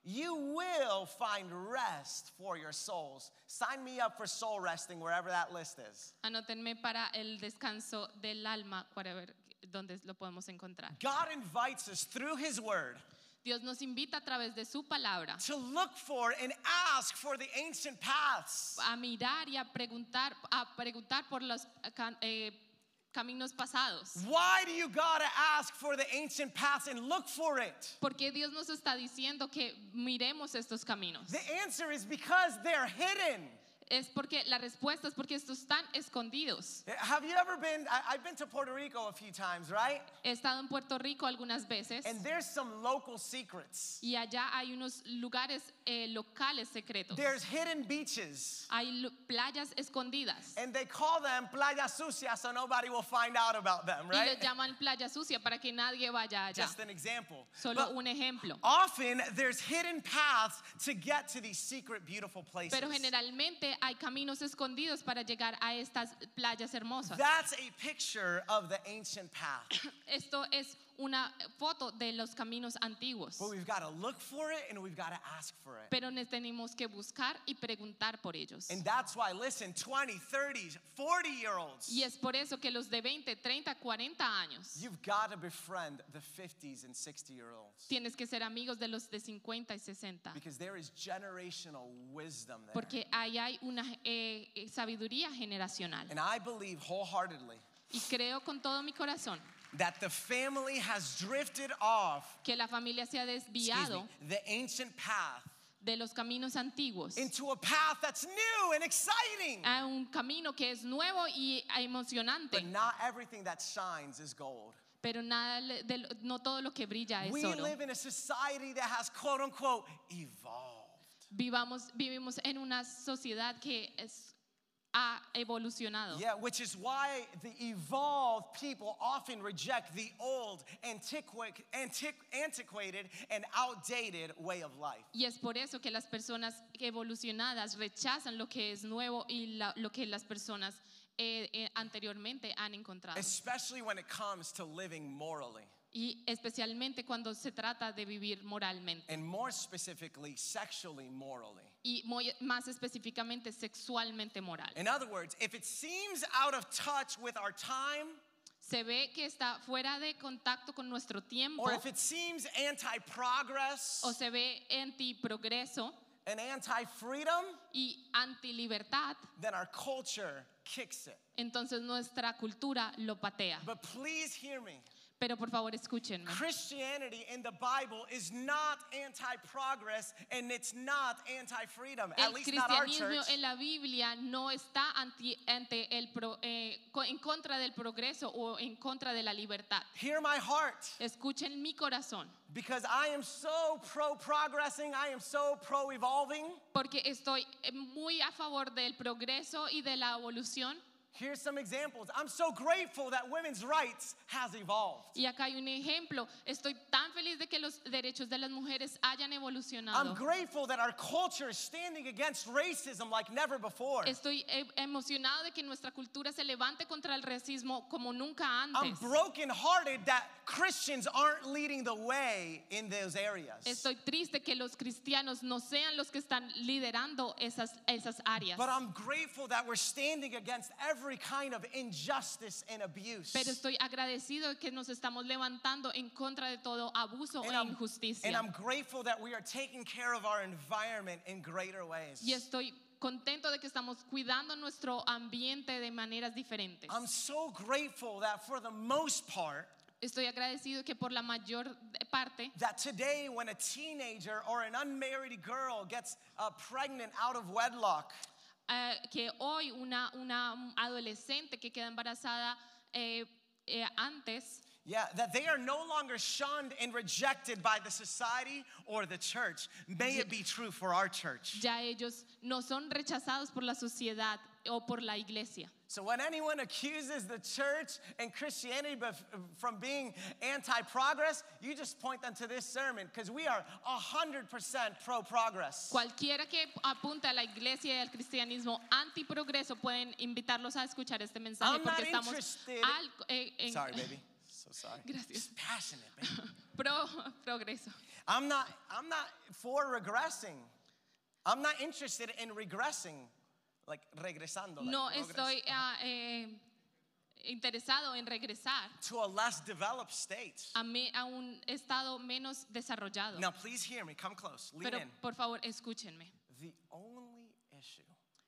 you will find rest for your souls. Sign me up for soul resting wherever that list is.
Anótenme para el descanso del alma, para ver dónde lo podemos encontrar.
God invites us through His Word
Dios nos invita a través de su palabra
to look for and ask for the ancient paths.
a mirar y a preguntar, a preguntar por los ca- eh, caminos pasados.
Why do you gotta ask for the ancient paths and look for it?
Porque Dios nos está diciendo que miremos estos caminos.
The answer is because they're hidden.
es porque la respuesta es porque estos están escondidos.
Have you ever been? I, I've been to Puerto Rico a few times, right?
He estado en Puerto Rico algunas veces
And there's some local secrets.
y allá hay unos lugares eh, locales secretos.
There's hidden beaches,
Hay lu- playas escondidas
and they call them playa sucia, so nobody will find out about them,
y
right? [LAUGHS]
les llaman playa sucia para que nadie vaya allá.
Just an example.
Solo
But oh,
un ejemplo.
often there's hidden paths to get to these secret, beautiful places.
Pero generalmente hay caminos escondidos para llegar a estas playas hermosas.
That's a picture of the ancient
[CLEARS THROAT]
path.
Esto es una foto de los caminos antiguos.
But we've got to look for it and we've got to ask for it.
Pero nos tenemos que buscar y preguntar por ellos.
And that's why, listen, 20, 30, 40 year olds,
Y es por eso que los de 20, 30, 40 años
you've got to befriend the 50s and 60 year olds
tienes que ser amigos de los de 50 y 60.
because there is generational wisdom there.
Porque ahí hay una eh, eh, sabiduría generacional.
And I believe wholeheartedly
Y creo con todo mi corazón
that the family has drifted off
que la familia se ha
excuse me,
desviado
the ancient path
de los caminos antiguos
into a path that's new and exciting.
a un camino que es nuevo y emocionante.
But not everything that shines is gold.
Pero nada le- de lo- no todo lo que brilla es
We
oro.
live in a society that has quote unquote evolved.
Vivamos, vivimos en una sociedad que es- ha evolucionado.
Yeah, which is why the evolved people often reject the old, antiqui- antiq- antiquated, and outdated way of life.
Y es por eso que las personas evolucionadas rechazan lo que es nuevo y la- lo que las personas eh, eh, anteriormente han encontrado.
Especially when it comes to living morally,
y especialmente cuando se trata de vivir moralmente.
and more specifically, sexually morally.
Y muy- más específicamente sexualmente moral.
In other words, if it seems out of touch with our time,
Se ve que está fuera de contacto con nuestro tiempo
or if it seems anti progress
o se ve anti-progreso
and anti freedom,
y anti-libertad,
then our culture kicks it.
entonces nuestra cultura lo patea.
But please hear me.
Pero por favor escúchenme.
Christianity in the Bible is not anti progress and it's not anti freedom, at
El
least not our
cristianismo
church.
en la Biblia no está anti- ante el pro- eh, co- en contra del progreso o en contra de la libertad.
Hear my heart
Escuchen mi corazón,
because I am so pro progressing, I am so pro evolving.
porque estoy eh, muy a favor del progreso y de la evolución.
Here's some examples. I'm so grateful that women's rights has evolved.
Y acá hay un ejemplo. Estoy tan feliz de que los derechos de las mujeres hayan
I'm
evolucionado.
grateful that our culture is standing against racism like never before.
Estoy eh, emocionado de que nuestra cultura se levante contra el racismo como nunca
I'm
antes.
brokenhearted that Christians aren't leading the way in those areas.
Estoy triste que los cristianos no sean los que están liderando esas, esas áreas.
But I'm grateful that we're standing against every kind of injustice and abuse.
Pero estoy agradecido de que nos estamos levantando en contra de todo abuso
and,
e
I'm, and I'm
injusticia.
grateful that we are taking care of our environment in greater ways.
Y estoy contento de que estamos cuidando nuestro ambiente de maneras diferentes.
I'm so grateful that for the most part,
Estoy agradecido que por la mayor parte
that today when a teenager or an unmarried girl gets uh, pregnant out of wedlock,
eh, que hoy una, una adolescente que queda embarazada eh, eh, antes
yeah, that they are no longer shunned and rejected by the society or the church. May it be true for our church.
ya ellos no son rechazados por la sociedad o por la iglesia.
So when anyone accuses the church and Christianity bef- from being anti-progress, you just point them to this sermon because we are 100% pro-progress.
Cualquiera que apunta a la iglesia y al cristianismo antiprogreso pueden invitarlos a escuchar este mensaje
I'm
porque
not
estamos
interested-
al, eh, en-
Sorry, baby. So sorry.
Gracias.
Just passionate, baby.
[LAUGHS] Pro, progreso.
I'm not I'm not for regressing. I'm not interested in regressing. Like regresando. Like
No
progress.
estoy ah, eh, interesado en regresar
to a less developed state.
a, me- a un estado menos desarrollado.
Now please hear me. Come close. Lean
Pero
in.
por favor, escúchenme.
The only issue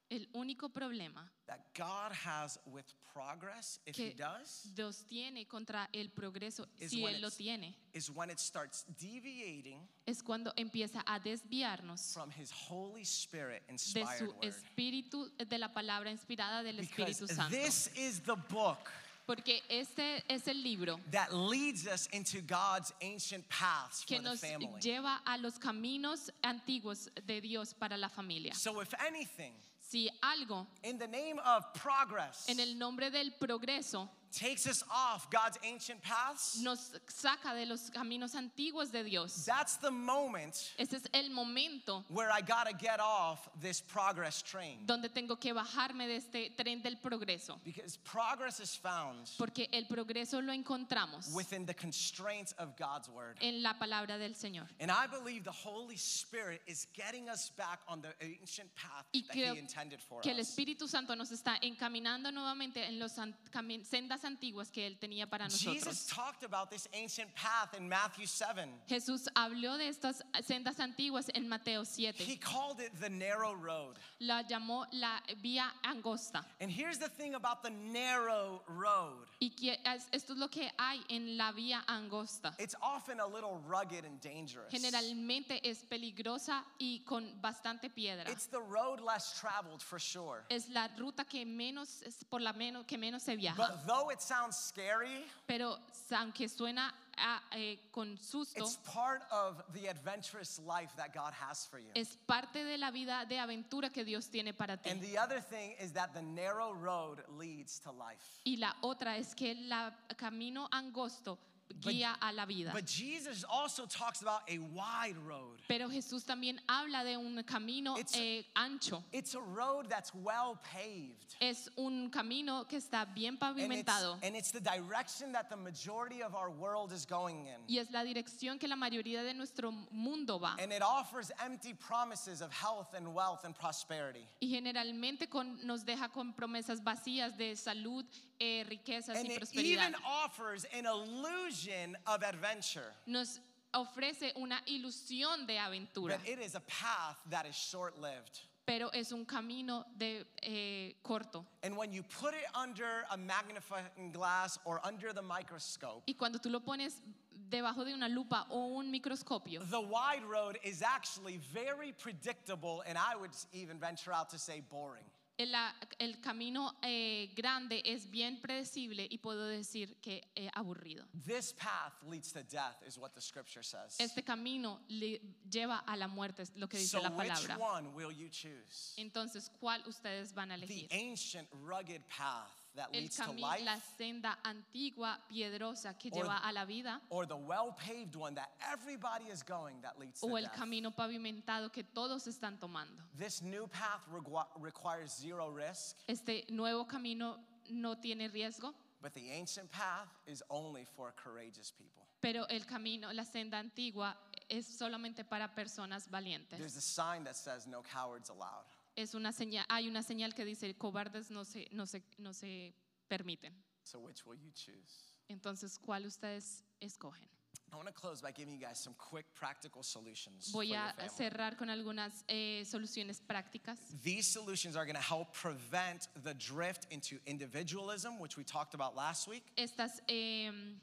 El único problema
that God has with progress, if He
que
does,
Dios tiene contra el progreso,
Is
si
when
Él lo
it's-
tiene,
is when it starts deviating
es cuando empieza a desviarnos
from His Holy Spirit
de
inspired
su
word.
espíritu, de la palabra inspirada del
Because
Espíritu Santo.
this is the book
Porque este es el libro
that leads us into God's ancient paths for
que
the
nos
family.
lleva a los caminos antiguos de Dios para la familia.
So, if anything,
Si algo
in the name of progress,
en el nombre del progreso
takes us off God's ancient paths,
nos saca de los caminos antiguos de Dios,
that's the moment
ese es el momento
where I gotta get off this progress train.
donde tengo que bajarme de este tren del progreso,
Because progress is found
porque el progreso lo encontramos
within the constraints of God's word.
en la palabra del Señor.
And I believe the Holy Spirit is getting us back on the ancient path
Y
that
creo
He intended for
que el
us.
Espíritu Santo nos está encaminando nuevamente en las sendas antiguas que Él tenía para
Jesus
nosotros.
talked about this ancient path in Matthew 7.
Jesús habló de estas sendas antiguas en Mateo
He
7.
called it the narrow road.
La llamó la vía angosta.
And here's the thing about the narrow road
Y que es- esto es lo que hay en la vía angosta.
it's often a little rugged and dangerous.
Generalmente es peligrosa y con bastante piedra.
It's the road less traveled for sure.
Es la ruta que menos, es por la menos, que menos se viaja.
But though it sounds scary,
Pero s- aunque suena a- eh, con susto,
it's part of the adventurous life that God has for you.
es parte de la vida de aventura que Dios tiene para ti.
And the other thing is that the narrow road leads to life.
Y la otra es que el camino angosto guía a la vida.
But Jesus also talks about a wide road.
Pero Jesús también habla de un camino
It's-
eh, ancho.
It's a road that's well paved.
Es un camino que está
And
bien
it's,
pavimentado
and it's the direction that the majority of our world is going in.
y es la dirección que la mayoría de nuestro mundo va.
And it offers empty promises of health and wealth and prosperity.
Y generalmente con- nos deja con promesas vacías de salud, eh, riquezas
And
y
it
prosperidad.
even offers an illusion of adventure.
Nos ofrece una ilusión de aventura,
But it is a path that is short lived.
pero es un camino de eh, corto.
And when you put it under a magnifying glass or under the microscope,
Y cuando tú lo pones debajo de una lupa o un microscopio,
the wide road is actually very predictable, and I would even venture out to say boring.
el, la- el camino eh, grande es bien predecible y puedo decir que eh, aburrido.
This path leads to death, is what the scripture says.
Este camino le lleva a la muerte, es lo que dice
So,
la
which
palabra.
one will you choose?
Entonces, ¿cuál ustedes van a
The
elegir?
ancient, rugged path that
El
leads to
camino,
life,
la senda antigua, piedrosa que
Or-
lleva a la vida,
or the well paved one that everybody is going that leads to
o el
death?
camino pavimentado que todos están tomando.
This new path regua- requires zero risk,
Este nuevo camino no tiene riesgo,
but the ancient path is only for courageous people.
pero el camino, la senda antigua es solamente para personas valientes.
There's a sign that says no cowards allowed.
Es una señal, hay una señal que dice cobardes no se, no se, no se permiten.
So which will you choose?
Entonces, ¿cuál ustedes escogen?
I want to close by giving you guys some quick practical solutions for
Voy
your
a
family.
cerrar con algunas eh, soluciones prácticas.
These solutions are going to help prevent the drift into individualism, which we talked about last week.
Estas em,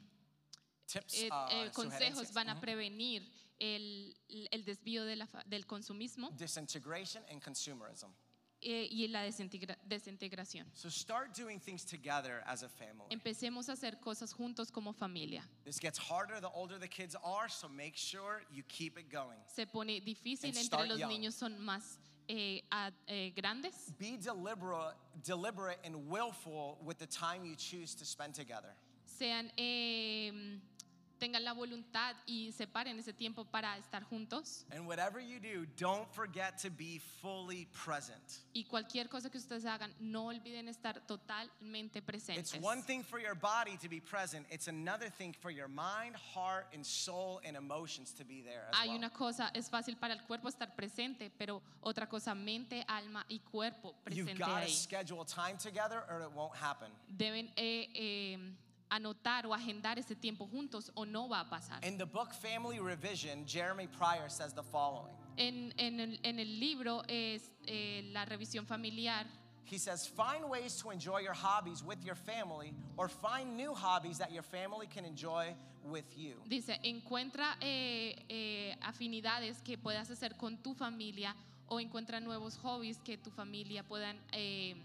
Tips,
eh,
uh,
eh, consejos
sugerencias.
van a prevenir el, el desvío de la fa- del consumismo
disintegration and consumerism.
eh, y la desintegra- desintegración.
So start doing things together as a family.
Empecemos a hacer cosas juntos como familia.
This gets harder the older the kids are, so make sure you keep it going.
Se pone difícil
And
entre
start
los
young.
niños son más eh, a- eh, grandes.
Be deliberate, deliberate and willful with the time you choose to spend together.
Sean, em, tengan la voluntad y separen ese tiempo para estar juntos.
And whatever you do, don't forget to be fully present.
Y cualquier cosa que ustedes hagan, no olviden estar totalmente presentes.
It's one thing for your body to be present, it's another thing for your mind, heart, and soul and emotions to be there as
Hay
well.
una cosa, es fácil para el cuerpo estar presente, pero otra cosa, mente, alma y cuerpo
You've
presente
got to
ahí.
schedule time together or it won't happen.
Deben eh, eh, anotar o agendar ese tiempo juntos o no va a pasar.
In the book Family Revision, Jeremy Pryor says the following
En, en el, en el libro es eh, la revisión familiar.
He says, find ways to enjoy your hobbies with your family or find new hobbies that your family can enjoy with you.
Dice, encuentra eh, eh, afinidades que puedas hacer con tu familia o encuentra nuevos hobbies que tu familia puedan eh,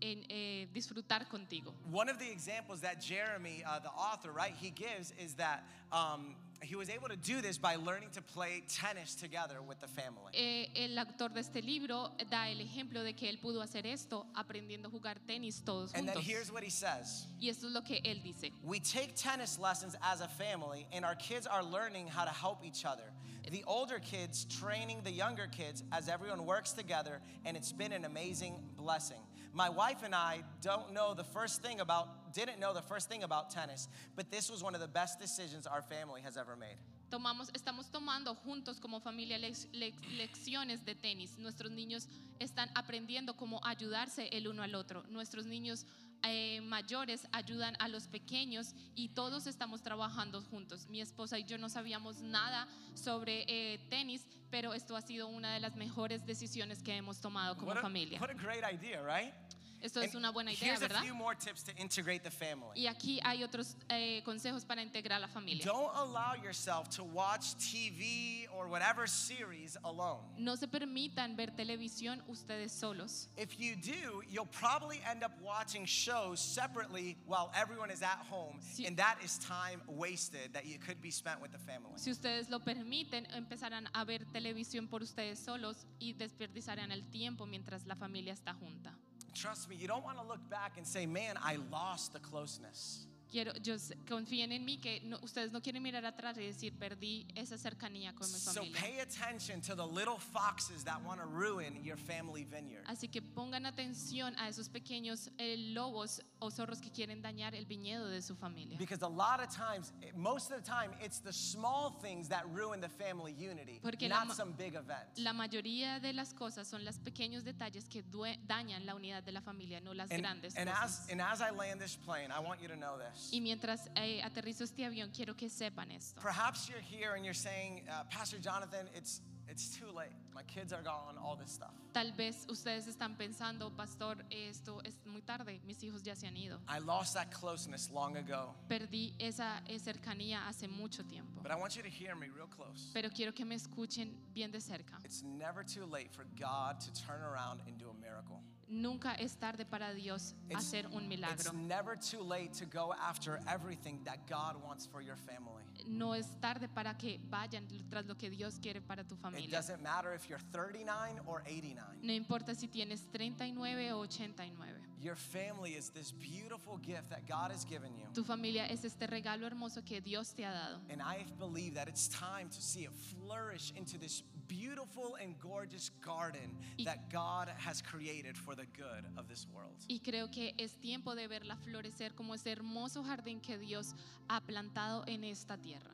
en- eh, disfrutar contigo.
One of the examples that Jeremy, uh, the author, right, he gives is that um, he was able to do this by learning to play tennis together with the family.
Eh, el autor de este libro da el ejemplo de que él pudo hacer esto aprendiendo a jugar tenis todos
And then
juntos.
here's what he says
Y esto es lo que él dice.
We take tennis lessons as a family, and our kids are learning how to help each other. The older kids training the younger kids as everyone works together, and it's been an amazing blessing. My wife and I don't know the first thing about, didn't know the first thing about tennis, but this was one of the best decisions our family has ever made.
Tomamos, estamos tomando juntos como familia lex- lex- lecciones de tenis. Nuestros niños están aprendiendo cómo ayudarse el uno al otro. Nuestros niños eh, mayores ayudan a los pequeños y todos estamos trabajando juntos. Mi esposa y yo no sabíamos nada sobre eh, tenis, pero esto ha sido una de las mejores decisiones que hemos tomado como
What a,
familia.
what a great idea, right?
Esto es
And
una buena idea,
Here's a
¿verdad?
few more tips to integrate the family.
Y aquí hay otros eh, consejos para integrar la familia.
Don't allow yourself to watch TV or whatever series alone.
No se permitan ver televisión ustedes solos.
If you do, you'll probably end up watching shows separately while everyone is at home,
Si-
and that is time wasted that you could be spent with the family.
Si ustedes lo permiten, empezarán a ver televisión por ustedes solos y desperdiciarán el tiempo mientras la familia está junta.
Trust me, you don't want to look back and say, "Man, I lost the closeness."
Quiero, yo sé- confíen en mí que no- ustedes no quieren mirar atrás y decir perdí esa cercanía con mi
So
familia.
pay attention to the little foxes that want to ruin your family vineyard.
Así que pongan atención a esos pequeños eh, lobos o zorros que quieren dañar el viñedo de su familia.
Because a lot of times, it- most of the time, it's the small things that ruin the family unity,
Porque la
not
ma-
some big event.
La mayoría de las cosas son los pequeños detalles que due- dañan la unidad de la familia, no las
And,
grandes
and
cosas.
as, and as I land this plane, I want you to know this.
Y mientras eh, aterrizo este avión, quiero que sepan esto.
Perhaps you're here and you're saying, uh, Pastor Jonathan, it's it's too late. My kids are gone. All this stuff.
Tal vez ustedes están pensando, pastor, esto es muy tarde, mis hijos ya se han ido.
I lost that closeness long ago.
Perdí esa eh, cercanía hace mucho tiempo.
But I want you to hear me real close.
Pero quiero que me escuchen bien de cerca.
It's never too late for God to turn around and do a miracle.
Nunca es tarde para Dios
It's-
hacer un
It's
milagro.
never too late to go after everything that God wants for your family.
No es tarde para que vayan tras lo que Dios quiere para tu
It
familia.
doesn't matter if you're 39 or 89.
No importa si tienes 39 o 89.
Your family is this beautiful gift that God has given you.
Tu familia es este regalo hermoso que Dios te ha dado.
And I believe that it's time to see it flourish into this beautiful and gorgeous garden
Y-
that God has created for the good of this world.
Y creo que es tiempo de verla florecer como ese hermoso jardín que Dios ha plantado en esta tierra.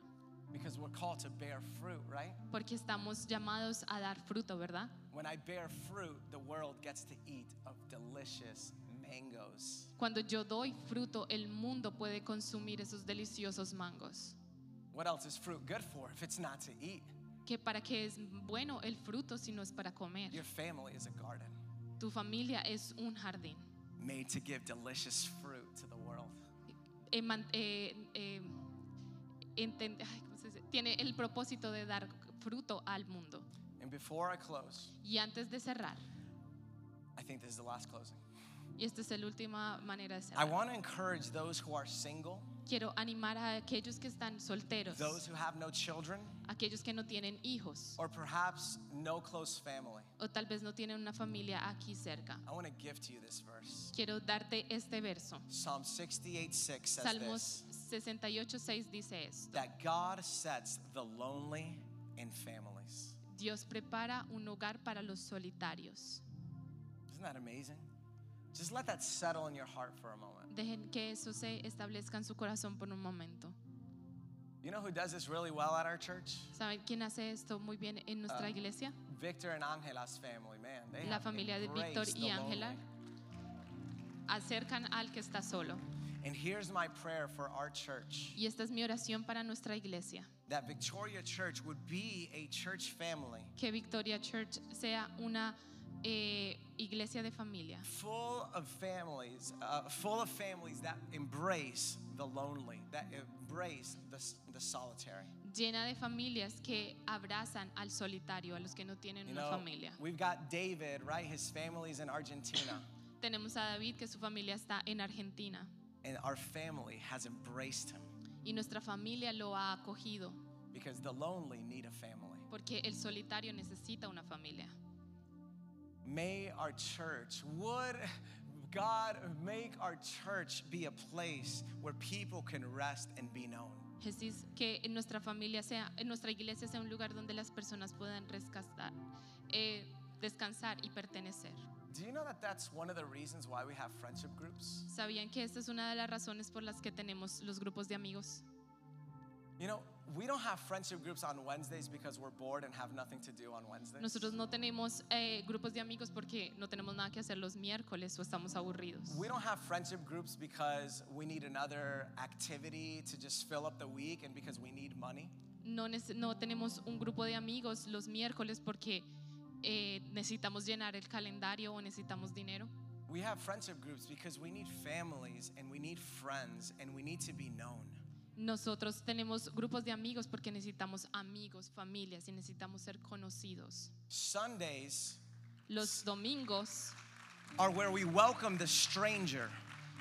Because we're called to bear fruit, right?
Porque estamos llamados a dar fruto, ¿verdad?
When I bear fruit, the world gets to eat of delicious mangoes.
Cuando yo doy fruto, el mundo puede consumir esos deliciosos mangos.
What else is fruit good for if it's not to eat?
Que para qué es bueno el fruto si no es para
Your
comer.
family is a garden
Tu familia es un jardín
made to give delicious fruit to the world.
Eh, man- eh, eh, enten- ay, ¿cómo se dice? tiene el propósito de dar fruto al mundo.
And before I close,
Y antes de cerrar,
I think this is the last closing.
y esta es la última manera de cerrar.
I want to encourage those who are single,
Quiero animar a aquellos que están solteros,
those who have no children,
aquellos que no tienen hijos
or perhaps no close family,
o tal vez no tienen una familia aquí cerca.
I want to give to you this verse.
Quiero darte este verso.
Psalm 68 6 says
Salmos
this
68:6 dice esto:
that God sets the lonely in families.
Dios prepara un hogar para los solitarios.
Isn't that amazing? Just let that settle in your heart for a moment.
Dejen que eso se establezca en su corazón por un momento.
You know who does this really well at our church?
¿Saben quién hace esto muy bien en
Ah.
nuestra iglesia?
Victor and Angela's family, man. They
La
have
familia de
embraced
Víctor
the
y Ángela
lonely.
acercan al que está solo.
And here's my prayer for our church
Y esta es mi oración para nuestra iglesia.
that Victoria Church would be a church family
Que Victoria Church sea una eh, iglesia de familia
full of families, uh, full of families that embrace the lonely, that embrace the, s- the solitary.
llena de familias que abrazan al solitario, a los que no tienen
You
una
know,
familia.
we've got David, right? His family's in
[COUGHS]
Argentina,
Tenemos a David que su familia está en Argentina
and our family has embraced him
y nuestra familia lo ha acogido
because the lonely need a family.
porque el solitario necesita una familia.
May our church, would God make our church be a place where people can rest and be known?
Jesús, que en nuestra familia sea, en nuestra iglesia sea un lugar donde las personas puedan rescatar, eh, descansar y pertenecer.
Do you know that that's one of the reasons why we have friendship groups?
¿Sabían que esta es una de las razones por las que tenemos los grupos de amigos?
You know, we don't have friendship groups on Wednesdays because we're bored and have nothing to do on Wednesdays.
Nosotros no tenemos eh, grupos de amigos porque no tenemos nada que hacer los miércoles o estamos aburridos.
We don't have friendship groups because we need another activity to just fill up the week and because we need money.
No, nece- no tenemos un grupo de amigos los miércoles porque eh, necesitamos llenar el calendario o necesitamos dinero.
We have friendship groups because we need families and we need friends and we need to be known.
Nosotros tenemos grupos de amigos porque necesitamos amigos, familias y necesitamos ser conocidos.
Sundays
Los domingos
are where we welcome the stranger.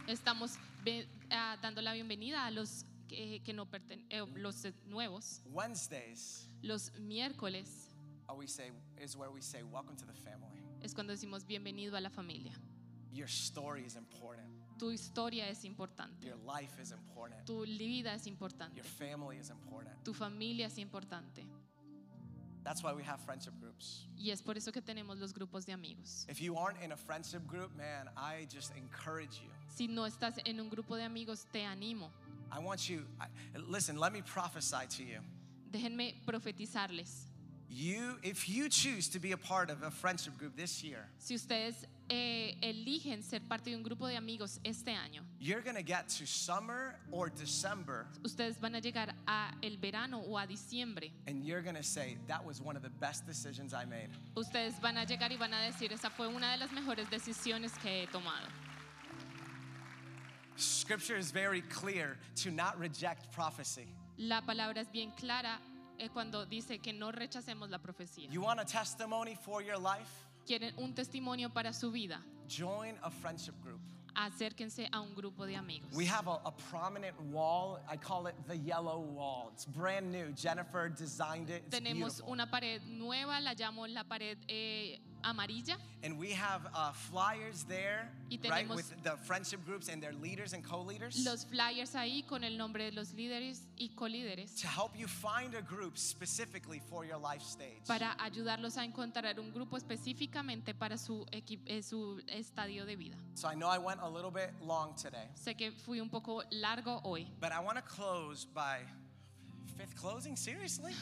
estamos ve- ah, dando la bienvenida a los que, que no perten- eh, los eh, nuevos.
Wednesdays
Los miércoles
are we say is where we say welcome to the family.
es cuando decimos bienvenido a la familia.
Your story is important.
Tu historia es importante,
Your life is important.
tu vida es
Your
importante,
family is important.
tu familia es importante.
That's why we have friendship groups.
Y es por eso que tenemos los grupos de amigos.
If you aren't in a friendship group, man, I just encourage you.
Si no estás en un grupo de amigos, te animo.
I want you I, listen, let me prophesy to you.
Déjenme profetizarles.
You if you choose to be a part of a friendship group this year,
Si ustedes eh, eligen ser parte de un grupo de amigos este año,
you're going to get to summer or December
ustedes van a llegar a el verano o a diciembre.
and you're going to say that was one of the best decisions I made.
Ustedes van a llegar y van a decir, esa fue una de las mejores decisiones que he tomado.
Scripture is very clear to not reject prophecy.
La palabra es bien clara eh, cuando dice que no rechacemos la profecía.
You want a testimony for your life?
Quieren un testimonio para su vida.
Join a friendship group.
Acérquense a un grupo de amigos.
We have a, a prominent wall. I call it the yellow wall. It's brand new. Jennifer designed it. It's
Tenemos
beautiful.
una pared nueva, la llamo la pared eh, amarilla.
And we have uh, flyers there,
Y
right,
tenemos-
with the friendship groups and their leaders and co-leaders
Los flyers ahí con el nombre de los líderes y colíderes
to help you find a group specifically for your life stage.
para ayudarlos a encontrar un grupo específicamente para su, equi- eh, su estadio de vida.
So I know I went a little bit long today,
Sé que fui un poco largo hoy,
but I want to close by fifth closing.
[LAUGHS]
Seriously,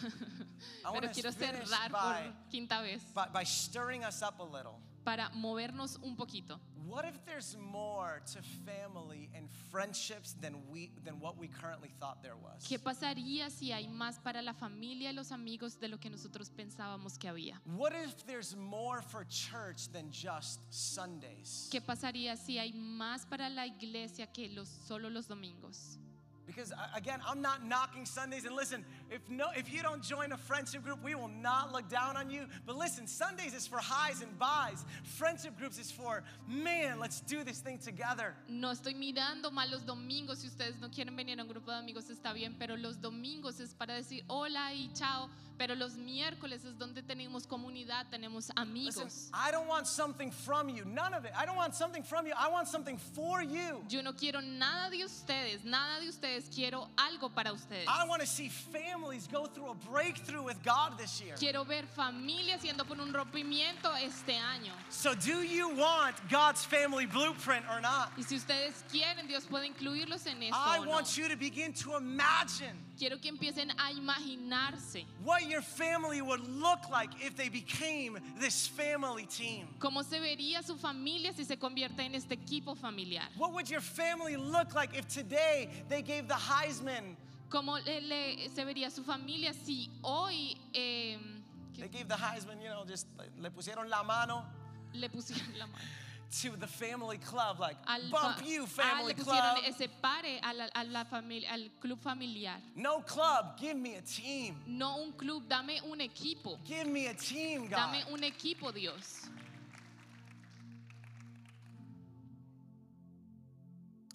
I want
pero
to
quiero
finish
cerrar
by,
por quinta vez
by by stirring us up a little.
para movernos un poquito.
What if there's more to family and friendships than we than what we currently thought there was?
¿Qué pasaría si hay más para la familia y los amigos de lo que nosotros pensábamos que había?
What if there's more for church than just Sundays?
¿Qué pasaría si hay más para la iglesia que los, solo los domingos?
Because uh, again, I'm not knocking Sundays. And listen, if no, if you don't join a friendship group, we will not look down on you. But listen, Sundays is for highs and buys. Friendship groups is for man. Let's do this thing together.
No estoy mirando mal los domingos, si ustedes no quieren venir a un grupo de amigos está bien, pero los domingos es para decir hola y chao, pero los miércoles es donde tenemos comunidad, tenemos
Listen,
amigos.
I don't want something from you. None of it. I don't want something from you. I want something for you.
Yo no quiero nada de ustedes, nada de ustedes, quiero algo para ustedes.
I want to see families go through a breakthrough with God this year.
Quiero ver familia siendo por un rompimiento este año.
So, do you want God's family blueprint or not?
Y si ustedes quieren, Dios puede incluirlos en esto.
I
o no.
want you to begin to imagine
Quiero que empiecen a imaginarse
what your family would look like if they became this family team?
¿Cómo se vería su familia si se convierte en este equipo familiar?
What would your family look like if today they gave the Heisman,
¿Cómo le- le- se vería su familia si hoy eh,
they gave the Heisman, you know, just le pusieron la mano
le pusieron la mano?
to the family club, like
Al fa-
bump you,
ah,
family
le
club.
pusieron ese pare a la- a la famili- al club familiar.
No club, give me a team.
No un club, dame un equipo.
Give me a team, God.
Dame un equipo, Dios.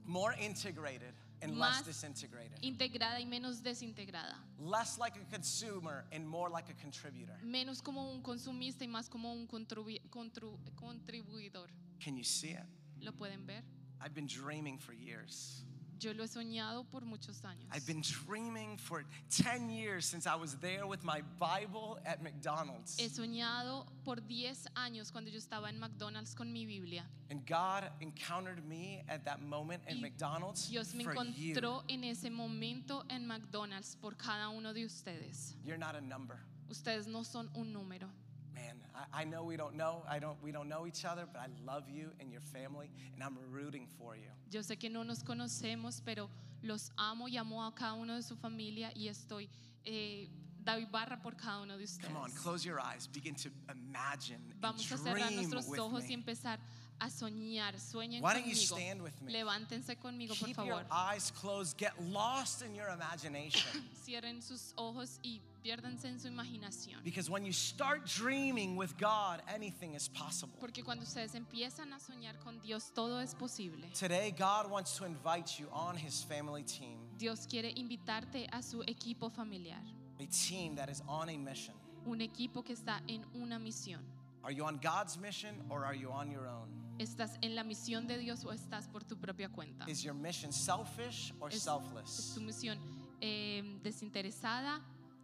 More integrated and less
Más-
disintegrated.
Integrada y menos desintegrada.
Less like a consumer and more like a contributor.
Menos como un consumista y más como un contribu- contru- contribuidor.
Can you see it?
¿Lo pueden ver?
I've been dreaming for years.
Yo lo he soñado por muchos años.
I've been dreaming for 10 years since I was there with my Bible at McDonald's.
He soñado por 10 años cuando yo estaba en McDonald's con mi Biblia.
and God encountered me at that moment in
Y
McDonald's
Dios me
for you.
encontró en ese momento en McDonald's por cada uno de ustedes.
You're not a number.
Ustedes no son un número.
Man, I, I know we don't know. I don't we don't know each other, but I love you and your family and I'm rooting for you.
Yo sé que no nos conocemos, pero los amo y amo a cada uno de su familia y estoy eh, David Barra por cada uno de ustedes.
Come on, close your eyes. Begin to imagine and
Vamos a cerrar
dream
nuestros ojos
with
y
me.
empezar a soñar. Sueñen
Why don't you
conmigo.
stand with me?
Levántense conmigo, por
Keep your
favor.
eyes closed. Get lost in your imagination.
[COUGHS] Cierren sus ojos y piérdense en su imaginación.
Because when you start dreaming with God, anything is possible.
Porque cuando ustedes empiezan a soñar con Dios, todo es posible.
Today, God wants to invite you on His family team,
Dios quiere invitarte a su equipo familiar,
a team that is on a mission.
un equipo que está en una misión.
Are you on God's mission or are you on your own?
¿Estás en la misión de Dios o estás por tu propia cuenta?
Is your mission selfish or
¿Es, es
selfless?
tu misión eh, desinteresada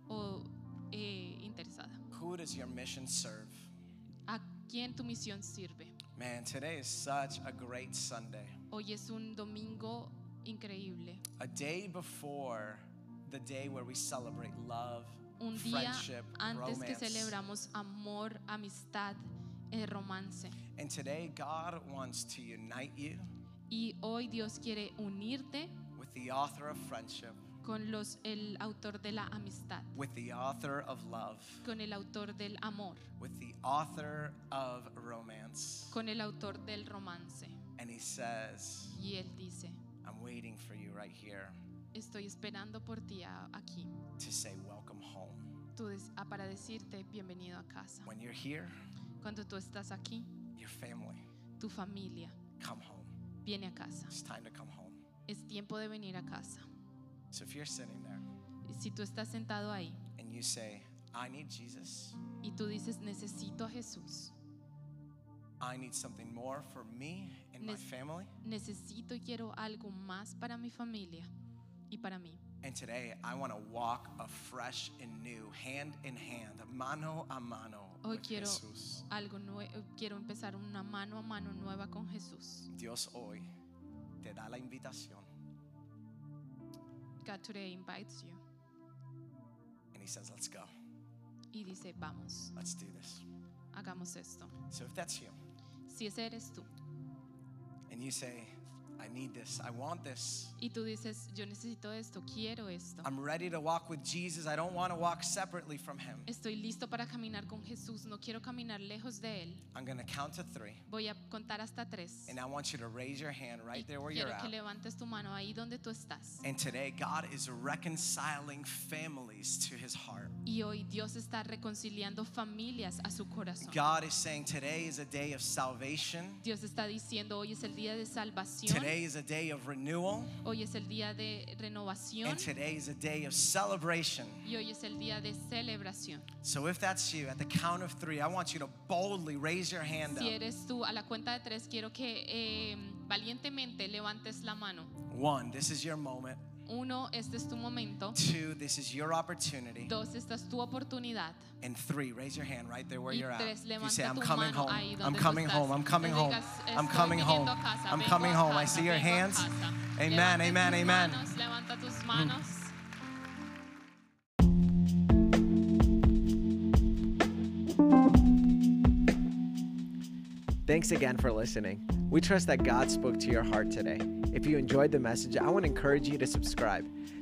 o eh, interesada?
Who does your mission serve?
¿A quién tu misión sirve?
Man, today is such a great Sunday.
Hoy es un domingo increíble,
A day before the day where we celebrate love,
un día
friendship,
antes que
romance.
celebramos amor, amistad, eh, romance.
And today, God wants to unite you
Y hoy Dios quiere unirte
with the author of friendship,
con los, el autor de la amistad,
with the author of love,
con el autor del amor,
with the author of romance.
con el autor del romance.
And he says,
Y Él dice,
I'm waiting for you right here
estoy esperando por ti a- aquí
to say, Welcome home.
tú des- ah, para decirte bienvenido a casa.
When you're here,
Cuando tú estás aquí,
your family,
tu familia
come home.
viene a casa.
It's time to come home.
Es tiempo de venir a casa.
So if you're sitting there
Y Si tú estás sentado ahí
and you say, I need Jesus,
y tú dices, necesito a Jesús,
I need something more for me and my
Nes-
family,
necesito y quiero algo más para mi familia y para mí.
and today I want to walk afresh and new, hand in hand, mano a mano
Hoy
with
quiero
Jesus.
algo nue- eh, quiero empezar una mano a mano nueva con Jesús.
Dios hoy te da la invitación
God today invites you
and he says, Let's go.
y dice, vamos,
Let's do this.
hagamos esto.
So if that's you
Si ese eres tú
and you say, I need this, I want this,
y tú dices, yo necesito esto, quiero esto.
I'm ready to walk with Jesus, I don't want to walk separately from him,
Estoy listo para caminar con Jesús, no quiero caminar lejos de Él.
I'm going to count to three
Voy a contar hasta tres.
and I want you to raise your hand
Y
right there where you're
quiero que
at.
levantes tu mano ahí donde tú estás.
And today, God is reconciling families to his heart.
Y hoy Dios está reconciliando familias a su corazón.
God is saying, Today is a day of salvation.
Dios está diciendo, hoy es el día de salvación,
Today is a day of renewal.
hoy es el día de renovación
And today is a day of celebration.
y hoy es el día de celebración.
So if that's you, at the count of three, I want you to boldly raise your hand
Si
up.
eres tú, a la cuenta de tres, quiero que eh, valientemente levantes la mano.
One, this is your moment.
Uno, este es tu momento.
Two, this is your opportunity.
Dos, esta es tu oportunidad.
And three, raise your hand right there where
Y
you're at.
tres,
If you say,
levanta
I'm
tu
coming
mano
home.
ahí
I'm
donde tú
coming
estás.
home. I'm coming
Que
home.
digas,
I'm
"Estoy
coming home.
viniendo a casa,
I'm
vengo
coming
a
home. I
casa,
see your
vengo a
hands.
casa".
Amen. Amen. Mm.
Levanta tus
Amen.
manos, Levanta tus manos.
Thanks again for listening. We trust that God spoke to your heart today. If you enjoyed the message, I want to encourage you to subscribe.